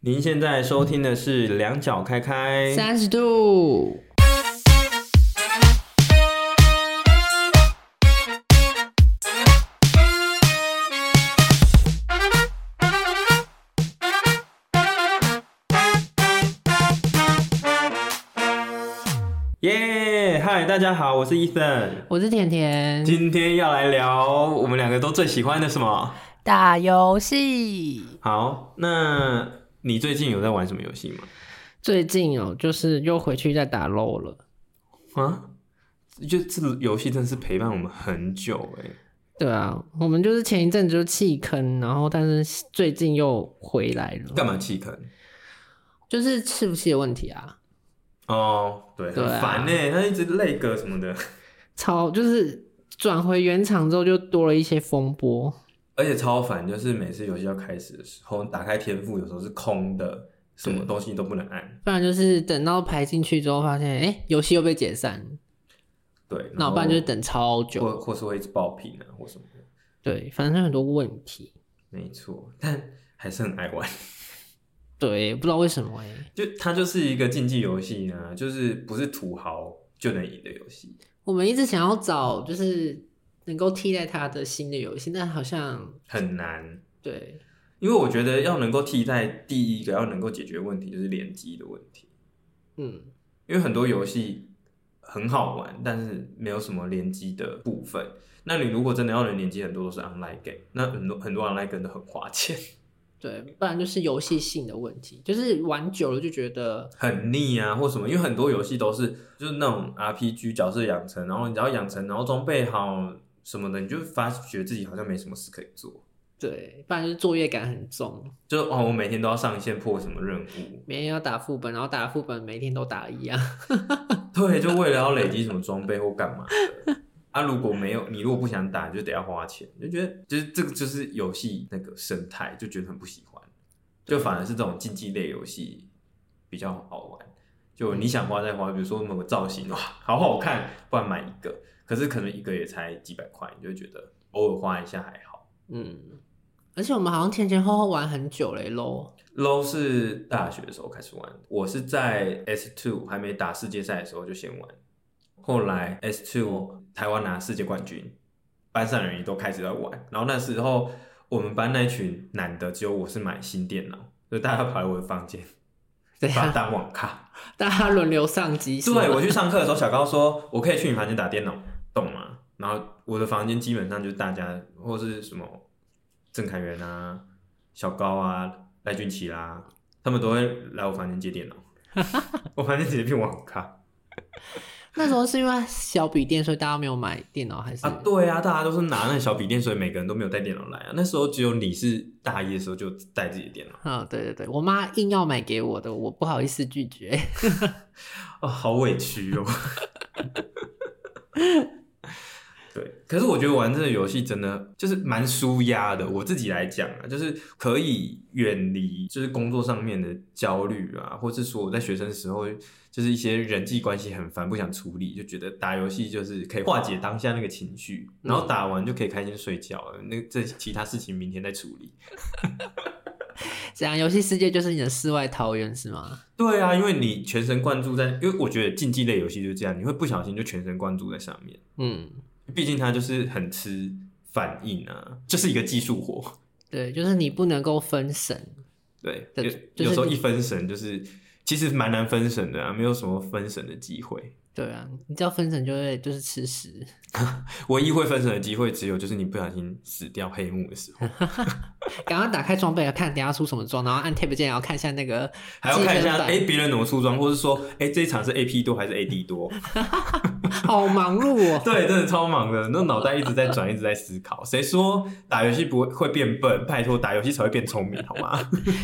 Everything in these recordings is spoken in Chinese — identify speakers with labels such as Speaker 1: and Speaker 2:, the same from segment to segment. Speaker 1: 您现在收听的是《两脚开开》，
Speaker 2: 三十度。
Speaker 1: 耶！嗨，大家好，我是 Ethan，
Speaker 2: 我是甜甜，
Speaker 1: 今天要来聊我们两个都最喜欢的什么？
Speaker 3: 打游戏，
Speaker 1: 好，那你最近有在玩什么游戏吗？
Speaker 2: 最近哦，就是又回去在打 LO 了。
Speaker 1: 啊，就这个游戏真的是陪伴我们很久哎、
Speaker 2: 对啊，我们就是前一阵子就弃坑，然后但是最近又回来了，
Speaker 1: 干嘛弃坑？
Speaker 2: 就是吃不起的问题啊，
Speaker 1: 哦，对，
Speaker 2: 对啊
Speaker 1: 很烦哎、他一直累个什么的，
Speaker 2: 超就是转回原厂之后就多了一些风波。
Speaker 1: 而且超烦，就是每次游戏要开始的时候，打开天赋有时候是空的，什么东西都不能按。
Speaker 2: 不然就是等到排进去之后，发现哎，诶游戏又被解散，
Speaker 1: 对，
Speaker 2: 那
Speaker 1: 后
Speaker 2: 不然就是等超
Speaker 1: 或
Speaker 2: 久。
Speaker 1: 或是会一直爆屏啊，或什么的。
Speaker 2: 对，反正很多问题。
Speaker 1: 没错，但还是很爱玩。
Speaker 2: 对，不知道为什么哎、
Speaker 1: 就它就是一个竞技游戏呢，就是不是土豪就能赢的游戏。
Speaker 2: 我们一直想要找就是能够替代它的新的游戏，但好像
Speaker 1: 很难，
Speaker 2: 对
Speaker 1: 因为我觉得要能够替代第一个要能够解决问题就是联机的问题，
Speaker 2: 嗯，
Speaker 1: 因为很多游戏很好玩，但是没有什么联机的部分。那你如果真的要能联机，很多都是 online game，那很多很多 online game 都很花钱，
Speaker 2: 对，不然就是游戏性的问题，就是玩久了就觉得
Speaker 1: 很腻啊或什么。因为很多游戏都是就是那种 RPG 角色养成，然后你只要养成，然后装备好什么的，你就发觉自己好像没什么事可以做。
Speaker 2: 对，不然就是作业感很重，
Speaker 1: 就哦，我每天都要上线破什么任务，
Speaker 2: 每天要打副本，然后打副本每天都打一样，
Speaker 1: 对，就为了要累积什么装备或干嘛的。啊，如果没有你，如果不想打，你就得要花钱，就觉得就是这个就是游戏那个生态，就觉得很不喜欢。就反而是这种竞技类游戏比较好玩，就你想花再花，比如说某个造型哇，好好看，不然买一个，可是可能一个也才几百块，你就觉得偶尔花一下还好。
Speaker 2: 嗯，而且我们好像前前后后玩很久嘞喽，
Speaker 1: LO 是大学的时候开始玩，我是在 S two 还没打世界赛的时候就先玩，后来 S two 台湾拿世界冠军，班上的人也都开始在玩，然后那时候我们班那群男的只有我是买新电脑，就大家跑来我的房间
Speaker 2: 对啊
Speaker 1: 发
Speaker 2: 呀、
Speaker 1: 啊打网咖。
Speaker 2: 大家轮流上机，是吗
Speaker 1: 对我去上课的时候，小高说我可以去你房间打电脑，懂吗？然后我的房间基本上就是大家或是什么郑凯源啊、小高啊、赖俊奇啦、他们都会来我房间借电 脑。我房间直接变网咖
Speaker 2: 那时候是因为小笔电，所以大家没有买电脑，还是、
Speaker 1: 啊！对啊，大家都是拿那小笔电，所以每个人都没有带电脑来啊。那时候只有你是大一的时候就带自己的电脑
Speaker 2: 啊，对对对，我妈硬要买给我的，我不好意思拒绝。
Speaker 1: 哦，好委屈哦。 对，可是我觉得玩这个游戏真的就是蛮舒压的。我自己来讲啊，就是可以远离就是工作上面的焦虑啊，或是说我在学生时候就是一些人际关系很烦，不想处理，就觉得打游戏就是可以化解当下那个情绪，然后打完就可以开心睡觉了。那这其他事情明天再处理。
Speaker 2: 这样游戏世界就是你的世外桃源是吗？
Speaker 1: 对啊，因为你全神贯注在，因为我觉得竞技类游戏就是这样，你会不小心就全神贯注在上面。
Speaker 2: 嗯，
Speaker 1: 毕竟它就是很吃反应啊，就是一个技术活。
Speaker 2: 对，就是你不能够分神。
Speaker 1: 对，
Speaker 2: 对
Speaker 1: 有
Speaker 2: 就是
Speaker 1: 有时候
Speaker 2: 你
Speaker 1: 一分神就是，其实蛮难分神的啊，没有什么分神的机会。
Speaker 2: 对啊，你只要分神就会就是吃屎。
Speaker 1: 唯一会分神的机会，只有就是你不小心死掉黑幕的时 候，
Speaker 2: 赶快打开装备，看等一下出什么装，然后按 tab 键，然后看一下那个
Speaker 1: 还要看一
Speaker 2: 积分
Speaker 1: 下
Speaker 2: 板
Speaker 1: 哎别人怎么出装，或是说哎这一场是 AP 多还是 AD 多？
Speaker 2: 好忙碌哦。
Speaker 1: 对，真的超忙的，那脑袋一直在转，一直在思考。谁说打游戏不会会变笨？拜托，打游戏才会变聪明，好吗？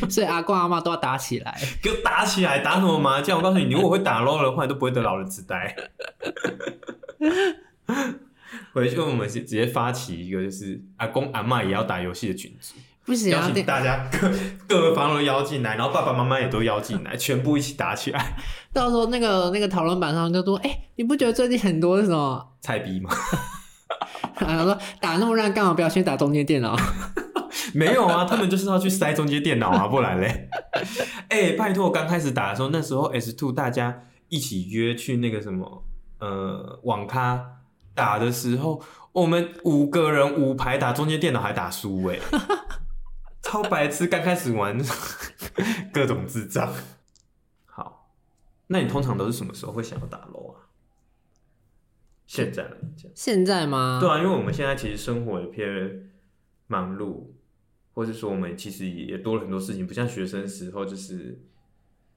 Speaker 2: 所以阿公阿妈都要打起来。
Speaker 1: 给我打起来，打什么麻将？我告诉你，你如果会打 LOL 的话，你都不会得老人痴呆。 回去我们是直接发起一个，就是阿公阿嬷也要打游戏的群组，
Speaker 2: 不行
Speaker 1: 邀
Speaker 2: 啊，
Speaker 1: 请
Speaker 2: 等
Speaker 1: 大家 各各个房都邀进来，然后爸爸妈妈也都邀进来，全部一起打起来。
Speaker 2: 到时候那个那个讨论板上就说，哎、你不觉得最近很多什么？
Speaker 1: 菜逼嘛，
Speaker 2: 哦然后说打那么烂干嘛？不要先打中间电脑。
Speaker 1: 没有啊，他们就是要去塞中间电脑啊，不然嘞，哎、拜托，刚开始打的时候，那时候 S two 大家一起约去那个什么呃网咖打的时候，我们五个人五排打，中间电脑还打输哎、超白痴！刚开始玩 各种智障。好，那你通常都是什么时候会想要打 LO 啊？现在来讲。
Speaker 2: 现在吗？
Speaker 1: 对啊，因为我们现在其实生活也偏忙碌，或者说我们其实也多了很多事情，不像学生时候就是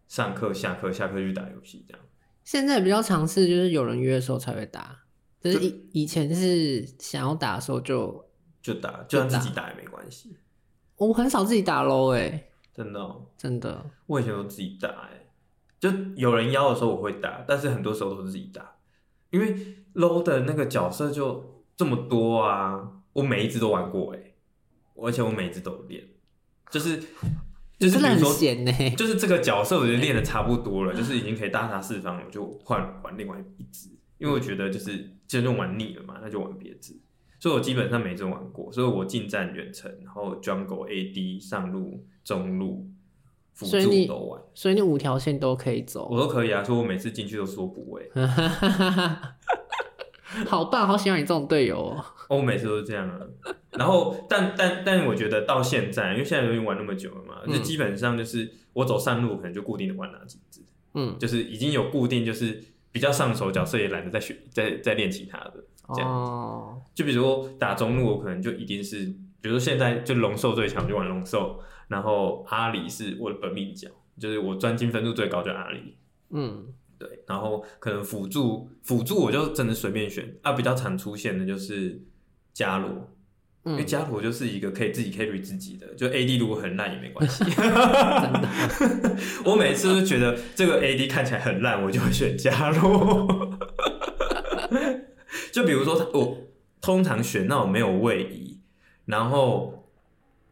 Speaker 1: 上课、下课、下课去打游戏这样。
Speaker 2: 现在比较尝试就是有人约的时候才会打，只是以以前是想要打的时候就
Speaker 1: 就打，就算自己打也没关系，
Speaker 2: 我很少自己打 LO 哎、欸，
Speaker 1: 真的哦、
Speaker 2: 真的。
Speaker 1: 我以前都自己打、欸，就有人邀的时候我会打，但是很多时候都是自己打，因为 low 的那个角色就这么多啊，我每一只都玩过、欸，而且我每一只都有练，就是就是
Speaker 2: 真
Speaker 1: 比如
Speaker 2: 的很
Speaker 1: 说
Speaker 2: 闲欸呢、
Speaker 1: 就是这个角色，我觉得练的差不多
Speaker 2: 嗯
Speaker 1: 了，就是已经可以大杀四方了，我就换玩另外一只，因为我觉得就是真正玩腻了嘛，那就玩别只。所以我基本上每只玩过，所以我近战、远程，然后 jungle、AD、上路、中路、辅
Speaker 2: 所以你
Speaker 1: 助都玩，
Speaker 2: 所以你五条线都可以走
Speaker 1: 我。都可以啊。所以我每次进去都说补位，
Speaker 2: 好棒，好喜欢你这种队友哦。
Speaker 1: 哦我每次都是这样啊。然后，但但但我觉得到现在，因为现在已经玩那么久了嘛，
Speaker 2: 嗯
Speaker 1: 就基本上就是我走上路，可能就固定的玩哪几只。
Speaker 2: 嗯，
Speaker 1: 就是已经有固定，就是比较上手角色，也懒得再学、再再练其他的。这样，
Speaker 2: 哦，
Speaker 1: 就比如说打中路，我可能就一定是，比如说现在就龙兽最强，就玩龙兽，然后阿里是我的本命角，就是我专精分数最高就阿里。
Speaker 2: 嗯，
Speaker 1: 对，然后可能辅助辅助我就真的随便选啊，比较常出现的就是伽罗，因为
Speaker 2: 嗯，
Speaker 1: 伽罗就是一个可以自己 carry 自己的，就 AD 如果很烂也没关系。 我每次都觉得这个 AD 看起来很烂，我就会选伽罗。 就比如说，我通常选那种没有位移，然后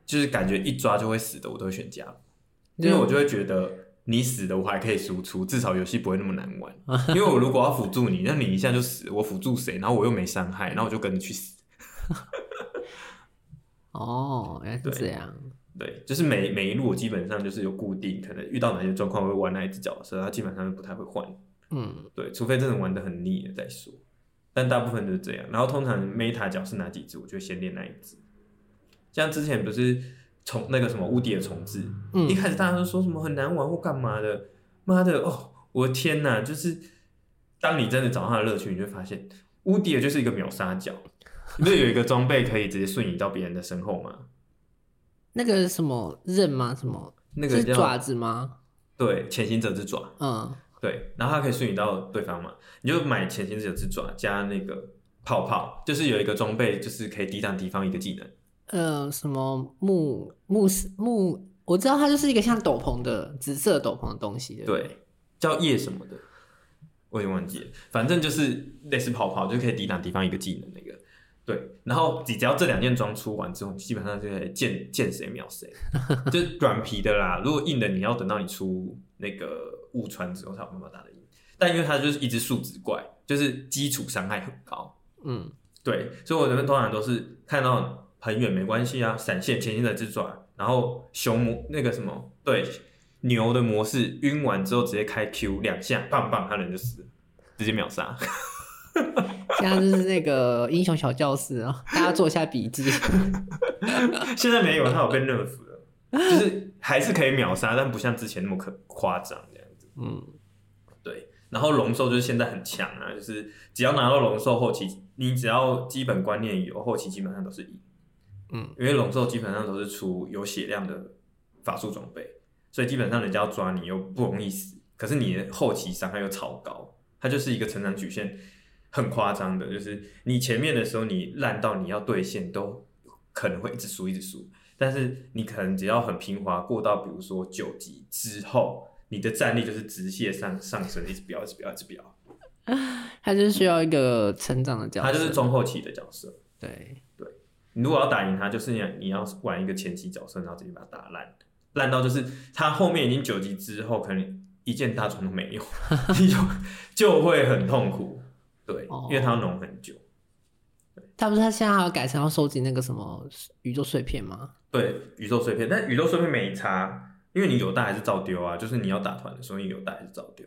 Speaker 1: 就是感觉一抓就会死的，我都会选伽罗，因为我就会觉得你死的我还可以输出，至少游戏不会那么难玩。因为我如果要辅助你，那你一下就死，我辅助谁，然后我又没伤害，然后我就跟着去死。
Speaker 2: 哦，原来是
Speaker 1: 对
Speaker 2: 这样。
Speaker 1: 对，就是每每一路我基本上就是有固定，可能遇到哪些状况会玩哪一只角色，他基本上就不太会换。
Speaker 2: 嗯，
Speaker 1: 对，除非真的玩的很腻了再说。但大部分就是这样。然后通常 meta 角是哪几只，我就会先练那一只。像之前不是重那个什么无敌的重置，
Speaker 2: 嗯
Speaker 1: 一开始大家都说什么很难玩或干嘛的，妈的哦，我的天哪！就是当你真的找他的乐趣，你就会发现无敌的就是一个秒杀角。你不是有一个装备可以直接瞬移到别人的身后吗？
Speaker 2: 那个什么刃吗？什么？
Speaker 1: 那个
Speaker 2: 是
Speaker 1: 叫
Speaker 2: 爪子吗？
Speaker 1: 对潜行者之爪，
Speaker 2: 嗯，
Speaker 1: 对，然后它可以瞬移到对方嘛，你就买潜行者之爪加那个泡泡，就是有一个装备，就是可以抵挡敌方一个技能。
Speaker 2: 呃，什么木木是木？我知道它就是一个像斗篷的紫色斗篷的东西。不，
Speaker 1: 对，叫叶什么的，我已经忘记了，反正就是类似泡泡，就可以抵挡敌方一个技能那个。对，然后你只要这两件装出完之后，基本上就可以见见谁秒 谁，就是软皮的啦。如果硬的，你要等到你出那个误穿之后才有办法打得赢。但因为它就是一只数值怪，就是基础伤害很高，
Speaker 2: 嗯，
Speaker 1: 对，所以我这边通常都是看到很远没关系啊，闪现前进的之爪，然后熊模那个什么，对，牛的模式晕完之后直接开 Q 两下，棒棒，他人就死了，直接秒杀。
Speaker 2: 现在就是那个英雄小教室啊，大家做一下笔 记。
Speaker 1: 现在没有，他有被nerf 了，就是还是可以秒杀，但不像之前那么可夸张这样子。
Speaker 2: 嗯，
Speaker 1: 对，然后龙兽就是现在很强啊，就是只要拿到龙兽后期，你只要基本观念有，后期基本上都是赢。
Speaker 2: 嗯，
Speaker 1: 因为龙兽基本上都是出有血量的法术装备，所以基本上人家要抓你又不容易死，可是你的后期伤害又超高，它就是一个成长曲线很夸张的，就是你前面的时候你烂到你要对线都可能会一直输一直输，但是你可能只要很平滑过到比如说九级之后，你的战力就是直线上上升，一直飙一直飙一直飙，
Speaker 2: 它就是需要一个成长的角
Speaker 1: 它
Speaker 2: 色。
Speaker 1: 就是中后期的角色。
Speaker 2: 对，
Speaker 1: 你如果要打赢他，就是你你要玩一个前期角色，然后直接把他打烂，烂到就是他后面已经九级之后，可能一件大虫都没有，你就就会很痛苦。对
Speaker 2: 哦，
Speaker 1: 因为他要弄很久。
Speaker 2: 它不是它现在还要改成要收集那个什么宇宙碎片吗？
Speaker 1: 对宇宙碎片，但宇宙碎片没差，因为你有带还是照丢啊，就是你要打团的时候你有带还是照丢，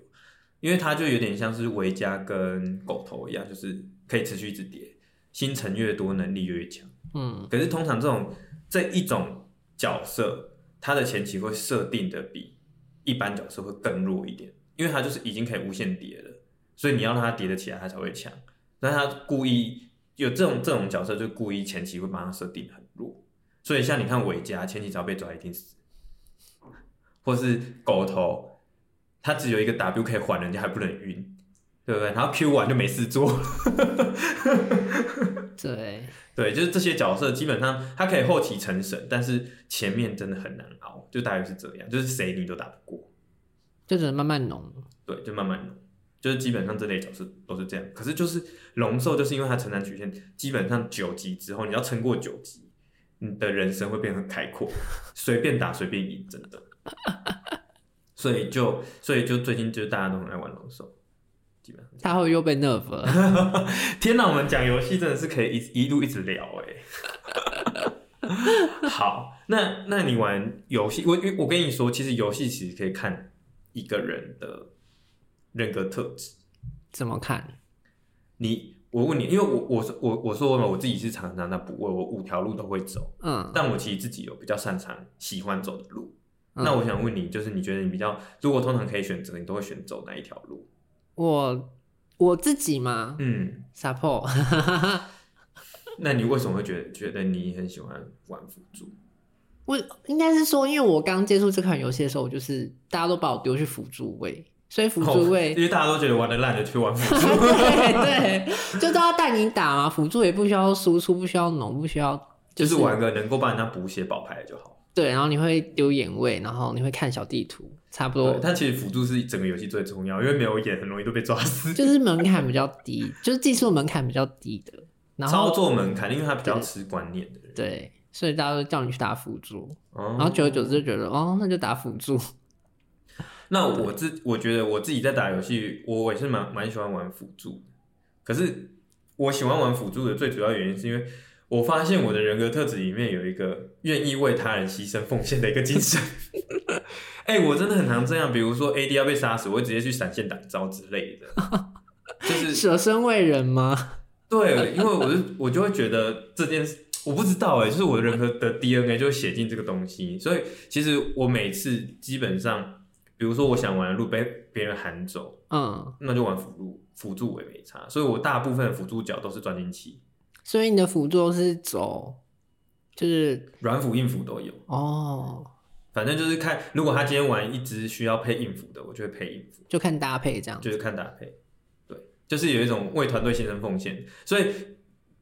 Speaker 1: 因为它就有点像是维加跟狗头一样，就是可以持续一直叠，星辰越多能力越强。
Speaker 2: 嗯，
Speaker 1: 可是通常这种这一种角色，它的前期会设定的比一般角色会更弱一点，因为它就是已经可以无限叠了，所以你要让它叠得起来，它才会强。但他故意有这种这种角色，就故意前期会把它设定得很弱，所以像你看韦家前期只要被抓一定死，或是狗头，他只有一个 W 可以缓人家，还不能晕，对不对？然后 Q 完就没事做。
Speaker 2: 对，
Speaker 1: 对，就是这些角色基本上他可以后期成神，但是前面真的很难熬，就大约是这样，就是谁你都打不过，
Speaker 2: 就只能慢慢浓。
Speaker 1: 对，就慢慢融，就是基本上这类角色都是这样。可是就是龙兽，就是因为它成长曲线基本上九级之后，你要撑过九级，你的人生会变得很开阔，随便打随便赢，真的。所以就所以就最近就是大家都很爱玩龙兽，基本上。
Speaker 2: 他会又被 nerf 了，
Speaker 1: 天哪，我们讲游戏真的是可以一一路一直聊哎、 好，那那你玩游戏，我我跟你说，其实游戏其实可以看一个人的人格特质。
Speaker 2: 怎么看？
Speaker 1: 你我问你，因为我我是我我说嘛，我自己是常常的补位，我五条路都会走，
Speaker 2: 嗯，
Speaker 1: 但我其实自己有比较擅长喜欢走的路。
Speaker 2: 嗯
Speaker 1: 那我想问你，就是你觉得你比较，如果通常可以选择，你都会选走哪一条路？
Speaker 2: 我我自己嘛
Speaker 1: 嗯，
Speaker 2: ，support，
Speaker 1: 那你为什么会觉得觉得你很喜欢玩辅助？
Speaker 2: 我应该是说，因为我刚接触这款游戏的时候，我就是大家都把我丢去辅助位，所以辅助
Speaker 1: 哦
Speaker 2: 位、
Speaker 1: 因为大家都觉得玩的烂的去玩辅助。
Speaker 2: 对对，就都要带你打嘛，辅助也不需要输出，不需要农，不需要
Speaker 1: 就是玩个能够帮人家补血宝牌就好。
Speaker 2: 对，然后你会丢眼位，然后你会看小地图，差不多
Speaker 1: 对，它其实辅助是整个游戏最重要，因为没有眼很容易都被抓死。
Speaker 2: 就是门槛比较低，就是技术门槛比较低的，然
Speaker 1: 操
Speaker 2: 后
Speaker 1: 作门槛，因为它比较吃观念的人。
Speaker 2: 对，所以大家都叫你去打辅助，
Speaker 1: 哦
Speaker 2: 然后久而久之就觉得哦，那就打辅助，
Speaker 1: 那我自我觉得我自己在打游戏，我也是蛮蛮喜欢玩辅助的。可是我喜欢玩辅助的最主要原因是因为我发现我的人格特质里面有一个愿意为他人牺牲奉献的一个精神。 哎、我真的很常这样，比如说 AD 要被杀死，我会直接去闪现挡招之类的，就是
Speaker 2: 舍身为人吗？
Speaker 1: 对，因为我就我就会觉得这件事，我不知道哎，就是我的人格的 DNA 就写进这个东西，所以其实我每次基本上，比如说我想玩的路被别人喊走，
Speaker 2: 嗯，
Speaker 1: 那就玩辅助，辅助我也没差，所以我大部分的辅助角都是专精器，
Speaker 2: 所以你的辅助都是走，就是
Speaker 1: 软辅硬辅都有，
Speaker 2: 哦，
Speaker 1: 反正就是看如果他今天玩一只需要配硬辅的，我就会配硬辅。
Speaker 2: 就看搭配这样
Speaker 1: 就
Speaker 2: 子，
Speaker 1: 是看搭配，对，就是有一种为团队牺牲奉献。所以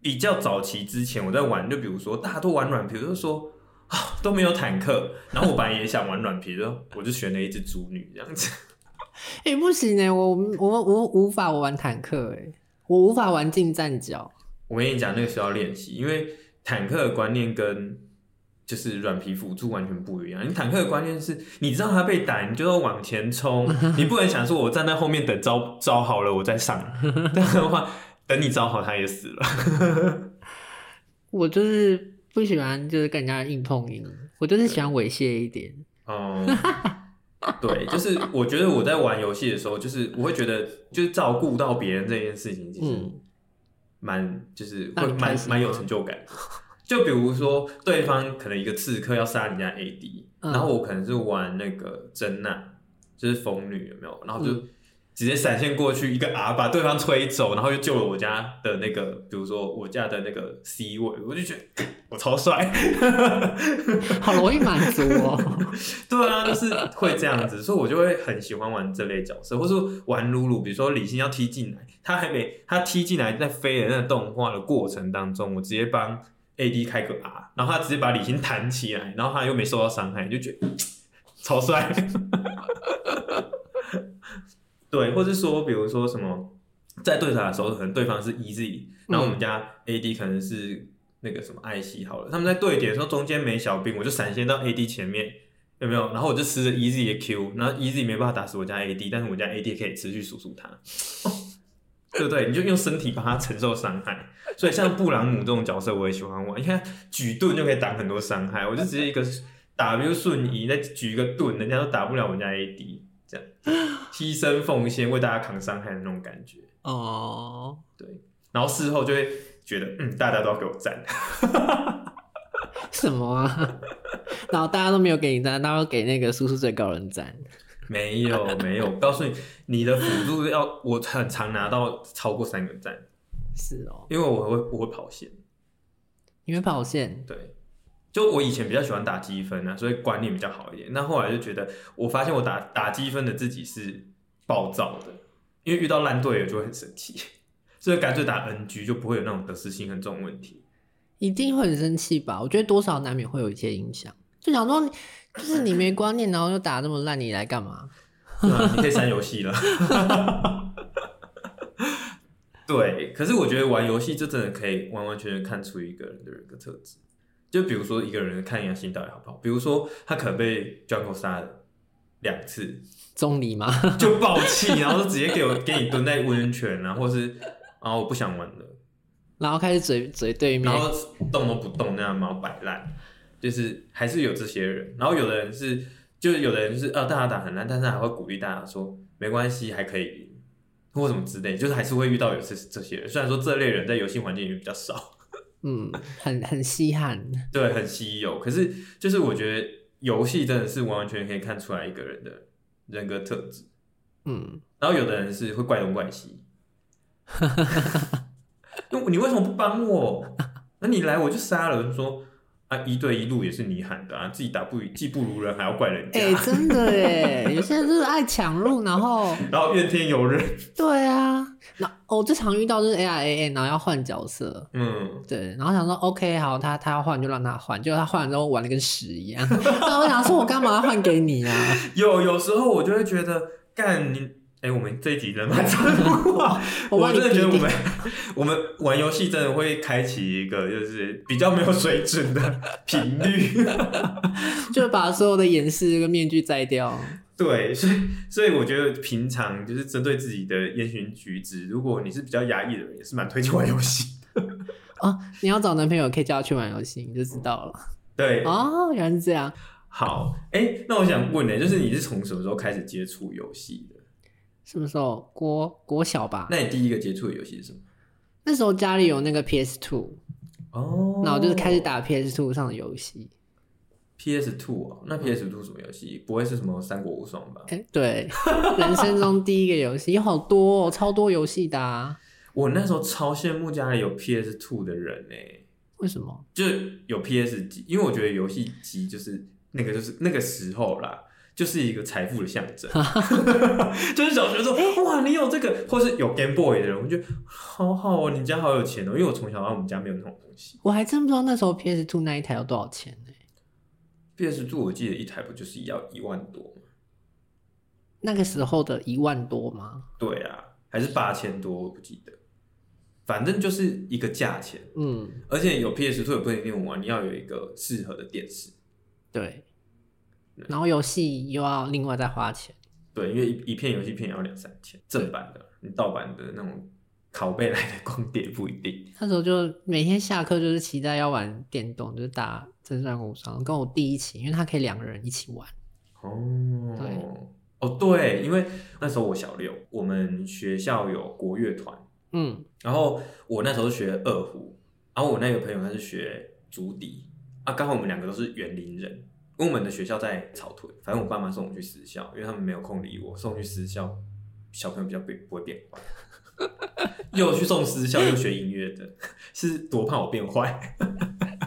Speaker 1: 比较早期之前，我在玩，就比如说大家都玩软皮，我就说啊都没有坦克，然后我本来也想玩软皮，然后我就选了一只猪女这样子。
Speaker 2: 哎、不行哎，我我我无法我玩坦克哎，我无法玩近战角，
Speaker 1: 我跟你讲，那个需要练习，因为坦克的观念跟就是软皮辅助完全不一样。你坦克的观念是，你知道他被打，你就要往前冲，你不能想说我站在后面等招招好了我再上， 这样的话等你招好他也死了。
Speaker 2: 我就是不喜欢就是跟人家硬碰硬，我就是喜欢猥亵一点，
Speaker 1: 嗯， 对，就是我觉得我在玩游戏的时候，就是我会觉得，就是照顾到别人这件事情，其实
Speaker 2: 嗯
Speaker 1: 蛮就是
Speaker 2: 那
Speaker 1: 会
Speaker 2: 你
Speaker 1: 蛮
Speaker 2: 开心吗
Speaker 1: 蛮有成就感的。就比如说，对方可能一个刺客要杀人家 AD，、
Speaker 2: 嗯
Speaker 1: 然后我可能是玩那个珍娜，就是疯女有没有？然后就
Speaker 2: 嗯
Speaker 1: 直接闪现过去一个 R 把对方推走，然后又救了我家的那个，比如说我家的那个 C 位，我就觉得 我超帅。嗯
Speaker 2: 好容易满足哦。
Speaker 1: 对啊，就是会这样子，所以我就会很喜欢玩这类角色，或是玩露露。比如说李欣要踢进来，他还没他踢进来在飞的那个动画的过程当中，我直接帮 AD 开个 R，然后他直接把李欣弹起来，然后他又没受到伤害，就觉得超帅。 对，或是说，比如说什么，在对打的时候，可能对方是 EZ，然后我们家 AD 可能是那个什么艾希好了，他们在对点的时候中间没小兵，我就闪现到 AD 前面，有没有？然后我就吃着 EZ 的 Q，然后 EZ 没办法打死我家 AD，但是我家 AD 可以持续输出他。哦 对不对？你就用身体帮他承受伤害。所以像布朗姆这种角色，我也喜欢玩。你看举盾就可以挡很多伤害，我就直接一个 W 瞬移，再举一个盾，人家都打不了人家 AD，这样牺牲奉献为大家扛伤害的那种感觉。
Speaker 2: 哦，
Speaker 1: 然后事后就会觉得，嗯，大家都要给我赞。
Speaker 2: 什么啊？然后大家都没有给你赞，大家都给那个叔叔最高人赞。
Speaker 1: 没有没有，告诉你，你的辅助要我很常拿到超过三个赞，
Speaker 2: 是哦，
Speaker 1: 因为我会我会跑线。
Speaker 2: 因为跑线
Speaker 1: 对，就我以前比较喜欢打积分啊，所以观念比较好一点。那后来就觉得，我发现我打打积分的自己是暴躁的，因为遇到烂队友就会很生气， 所以干脆打 NG 就不会有那种得失心很重的问题。
Speaker 2: 一定会很生气吧？我觉得多少难免会有一些影响，就想说你，就是你没观念，然后又打那么烂，你来干嘛？
Speaker 1: 那啊你可以删游戏了。 对，可是我觉得玩游戏就真的可以完完全全看出一个人的人格特质。就比如说一个人看人家心到底好不好，比如说他可能被 Jungle 杀了两次，
Speaker 2: 中离吗？
Speaker 1: 就爆气，然后就直接给我给你蹲在温泉啊，或是啊我不想玩了，
Speaker 2: 然后开始嘴嘴对面
Speaker 1: 然，后动都不动那样，然后摆烂，就是还是有这些人。然后有的人是，就有的人是呃大家打很烂，但是还会鼓励大家说没关系，还可以赢，或什么之类，就是还是会遇到有这这些人。虽然说这类人在游戏环境里面比较少，
Speaker 2: 嗯，很很稀罕。
Speaker 1: 对，很稀有。可是就是我觉得游戏真的是完完全全可以看出来一个人的人格特质。
Speaker 2: 嗯，
Speaker 1: 然后有的人是会怪东怪西， 那你为什么不帮我？那你来我就杀了。说啊，一对一路也是你喊的啊，自己打不赢技不如人还要怪人家，
Speaker 2: 哎、真的耶，有些人就是爱抢路，然后
Speaker 1: 然后怨天尤人。
Speaker 2: 对啊，那我、最常遇到就是 A I A A，然后要换角色，
Speaker 1: 嗯，
Speaker 2: 对，然后想说 OK 好，他他要换就让他换，结果他换了之后玩的跟屎一样。 那我想说，我干嘛要换给你啊？
Speaker 1: 有有时候我就会觉得干你。哎、我们这一集人蛮残酷啊！
Speaker 2: 我
Speaker 1: 我
Speaker 2: 帮你
Speaker 1: 真的觉得我
Speaker 2: 定
Speaker 1: 们我们玩游戏真的会开启一个就是比较没有水准的 频率。
Speaker 2: 就把所有的掩饰跟面具摘掉。
Speaker 1: 对，所以所以我觉得平常就是针对自己的言行举止，如果你是比较压抑的人，也是蛮推荐玩游戏。
Speaker 2: 哦，你要找男朋友可以叫他去玩游戏，你就知道了。
Speaker 1: 对，
Speaker 2: 哦，原来是这样。
Speaker 1: 好，哎、那我想问呢、就是你是从什么时候开始接触游戏的？
Speaker 2: 什么时候？国国小吧，
Speaker 1: 那你第一个接触的游戏是什么？
Speaker 2: 那时候家里有那个 PS Two，
Speaker 1: 哦
Speaker 2: 然后就是开始打 PS Two 上的游戏。
Speaker 1: PS Two 哦，
Speaker 2: 嗯
Speaker 1: 那 PS Two 什么游戏？不会是什么三国无双吧？
Speaker 2: 哎、 对，人生中第一个游戏有好多、哦，超多游戏的、啊。
Speaker 1: 我那时候超羡慕家里有 PS Two 的人呢、
Speaker 2: 为什么？
Speaker 1: 就有 PS 机，因为我觉得游戏机就是那个就是那个时候啦，就是一个财富的象征， 就是小学说哇你有这个，或是有 Game Boy 的人，我就觉得好好哦，你家好有钱哦，因为我从小到我们家没有那种东西。
Speaker 2: 我还真不知道那时候 PS Two 那一台要多少钱呢、
Speaker 1: PS Two 我记得一台不就是要一万多吗？
Speaker 2: 那个时候的一万多吗？
Speaker 1: 对啊，还是八千多，我不记得，反正就是一个价钱。
Speaker 2: 嗯，
Speaker 1: 而且有 PS Two 也不一定玩，你要有一个适合的电视。
Speaker 2: 对。然后游戏又要另外再花钱，
Speaker 1: 对，因为一一片游戏片也要两三千，正版的，你盗版的那种拷贝来的光碟不一定。
Speaker 2: 那时候就每天下课就是期待要玩电动，就是打《真传无双》，跟我弟一起，因为他可以两个人一起玩。对
Speaker 1: 哦，哦，对，因为那时候我小六，我们学校有国乐团，
Speaker 2: 嗯，
Speaker 1: 然后我那时候学二胡，然后我那个朋友他是学竹笛，啊，刚好我们两个都是园林人，因为我们的学校在草屯，反正我爸妈送我去私校，因为他们没有空理我，送去私校，小朋友比较不不会变坏， 又去送私校又学音乐的，是多怕我变坏。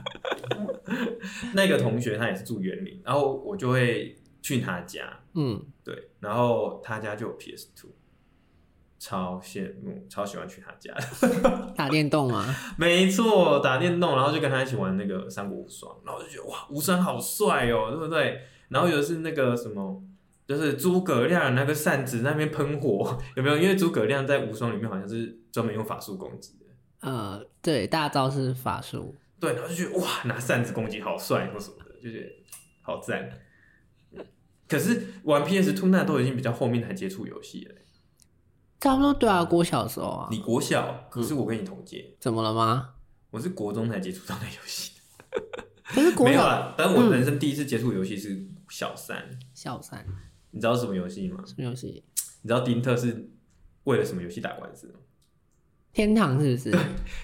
Speaker 1: 那个同学他也是住园林，然后我就会去他家，
Speaker 2: 嗯，
Speaker 1: 对，然后他家就有 PS Two，超羡慕，超喜欢去他家的。
Speaker 2: 打电动啊嘛，
Speaker 1: 没错，打电动，然后就跟他一起玩那个三国无双，然后就觉得哇，无双好帅哦，对不对？然后有的是那个什么，就是诸葛亮那个扇子那边喷火，有没有？因为诸葛亮在无双里面好像是专门用法术攻击的，
Speaker 2: 呃，对，大招是法术，
Speaker 1: 对，然后就觉得哇，拿扇子攻击好帅或什么的，就觉得好赞。可是玩 PS Two 那都已经比较后面才接触游戏了，
Speaker 2: 差不多对啊，国小的时候啊
Speaker 1: 你，国小，可是我跟你同届，
Speaker 2: 怎么了吗？
Speaker 1: 我是国中才接触到那游戏的，
Speaker 2: 可是国
Speaker 1: 没有
Speaker 2: 小嗯
Speaker 1: 啦。但我人生第一次接触游戏是小三，
Speaker 2: 小三
Speaker 1: 你知道什么游戏吗？
Speaker 2: 什么游戏？
Speaker 1: 你知道丁特是为了什么游戏打官司吗？
Speaker 2: 天堂是不是？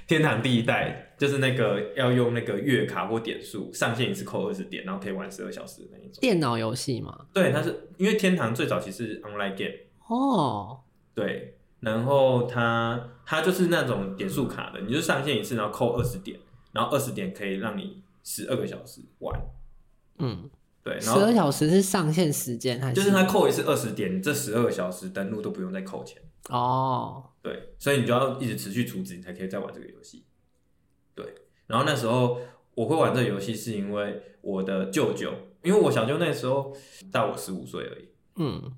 Speaker 1: 天堂第一代就是那个要用那个月卡或点数上线一次扣二十点，然后可以玩十二小时的那一种。
Speaker 2: 电脑游戏嘛。
Speaker 1: 对，它是因为天堂最早其实是 online game，
Speaker 2: 哦，
Speaker 1: 对，然后它它就是那种点数卡的，你就上线一次，然后扣二十点，然后二十点可以让你十二个小时玩。
Speaker 2: 嗯，
Speaker 1: 对，
Speaker 2: 十
Speaker 1: 然
Speaker 2: 二
Speaker 1: 后
Speaker 2: 小时是上线时间还是？
Speaker 1: 就是它扣一次二十点，这十二个小时登录都不用再扣钱。
Speaker 2: 哦，
Speaker 1: 对，所以你就要一直持续充值，你才可以再玩这个游戏。对，然后那时候我会玩这个游戏，是因为我的舅舅，因为我小舅那时候大我十五岁而已，
Speaker 2: 嗯，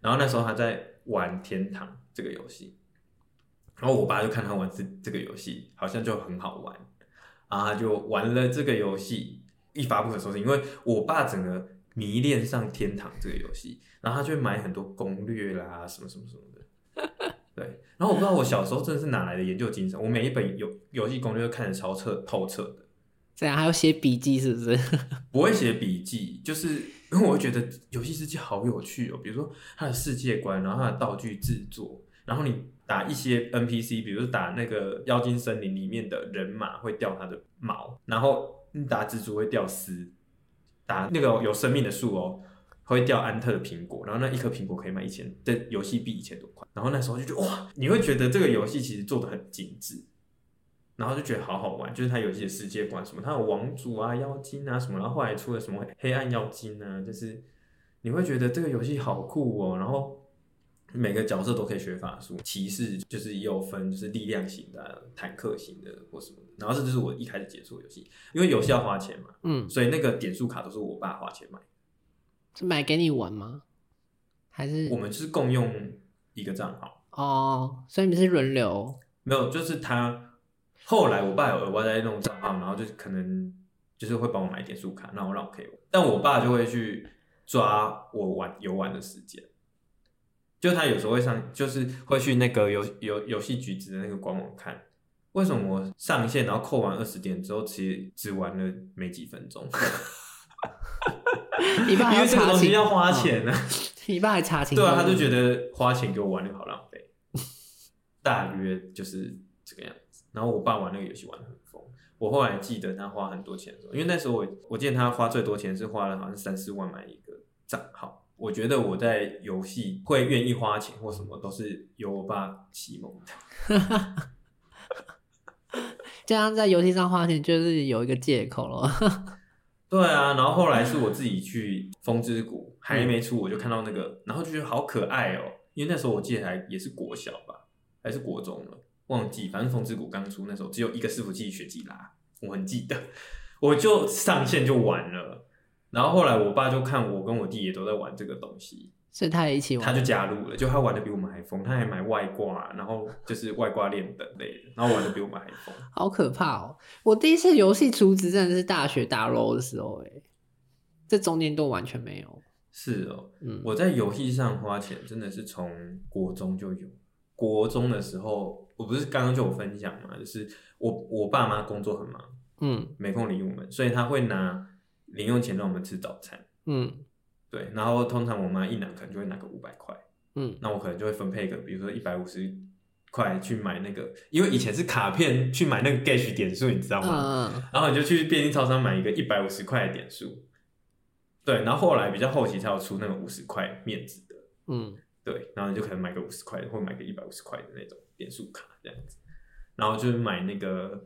Speaker 1: 然后那时候他在玩《天堂》这个游戏，然后我爸就看他玩这这个游戏，好像就很好玩，啊，就玩了这个游戏，一发不可收拾，因为我爸整个迷恋上《天堂》这个游戏，然后他就会买很多攻略啦，什么什么什么的。对，然后我不知道我小时候真的是哪来的研究精神，我每一本游游戏攻略都看得超彻透彻的，
Speaker 2: 这样还要写笔记是不是？
Speaker 1: 不会写笔记， 就是因为我会觉得游戏世界好有趣哦。比如说它的世界观，然后它的道具制作，然后你打一些 NPC，比如说打那个妖精森林里面的人马会掉它的毛，然后你打蜘蛛会掉丝，打那个有生命的树哦。会掉安特的苹果，然后那一颗苹果可以卖一千，这游戏币一千多块。然后那时候就觉得哇，你会觉得这个游戏其实做的很精致，然后就觉得好好玩，就是它游戏的世界观什么，它有王族啊、妖精啊什么，然后后来出了什么黑暗妖精啊，就是你会觉得这个游戏好酷哦，然后。每个角色都可以学法术，骑士就是也有分，就是力量型的啊、坦克型的或什么的。然后这就是我一开始接触的游戏，因为游戏要花钱嘛，
Speaker 2: 嗯，
Speaker 1: 所以那个点数卡都是我爸花钱买，
Speaker 2: 是买给你玩吗？还是
Speaker 1: 我们就是共用一个账号，
Speaker 2: 哦，所以你们是 轮流
Speaker 1: 没有，就是他后来我爸有额外在弄账号，然后就可能就是会帮我买点数卡，然后让我可以玩。但我爸就会去抓我玩游玩的时间，就他有时候会上，就是会去那个游游游戏局子的那个官网看。为什么我上线，然后扣完二十点之后，其实只玩了没几分钟？
Speaker 2: 一半 还
Speaker 1: 因为这个
Speaker 2: 查
Speaker 1: 东
Speaker 2: 寝
Speaker 1: 西要花钱 啊呢、
Speaker 2: 一半还查寝，
Speaker 1: 对啊，他就觉得花钱给我玩那个好浪费， 大约就是这个样子。然后我爸玩那个游戏玩的很疯，我后来记得他花很多钱的时候，因为那时候我我记得他花最多钱是花了好像三四万买一个账号。我觉得我在游戏会愿意花钱或什么，都是由我爸启蒙的。
Speaker 2: 这样在游戏上花钱就是有一个借口了。
Speaker 1: 对啊，然后后来是我自己去风之谷，还没出我就看到那个，然后就觉得好可爱哦、因为那时候我记得还也是国小吧，还是国中了，忘记，反正风之谷刚出那时候只有一个伺服器雪季拉，我很记得， 我就上线就玩了。然后后来我爸就看我跟我弟也都在玩这个东西，
Speaker 2: 所以他也一起玩，
Speaker 1: 他就加入了，就他玩的比我们还疯，他还买外挂，然后就是外挂链等类的，然后玩的比我们还疯。
Speaker 2: 好可怕哦！我第一次游戏充值真的是大学打 LO 的时候、欸，这中间都完全没有。
Speaker 1: 是哦、
Speaker 2: 嗯，
Speaker 1: 我在游戏上花钱真的是从国中就有。国中的时候，我不是刚刚就有分享嘛，就是我我爸妈工作很忙，
Speaker 2: 嗯
Speaker 1: 没空理我们，所以他会拿零用钱让我们吃早餐。
Speaker 2: 嗯
Speaker 1: 对，然后通常我妈一拿可能就会拿个五百块，
Speaker 2: 嗯，
Speaker 1: 那我可能就会分配个，比如说一百五十块去买那个，因为以前是卡片去买那个 Gage 点数，你知道
Speaker 2: 嗯
Speaker 1: 吗？
Speaker 2: 嗯
Speaker 1: 然后你就去便利超商买一个一百五十块的点数。对，然后后来比较后期才有出那个五十块面值的。
Speaker 2: 嗯，
Speaker 1: 对，然后你就可能买个五十块的，或买个一百五十块的那种点数卡这样子，然后就是买那个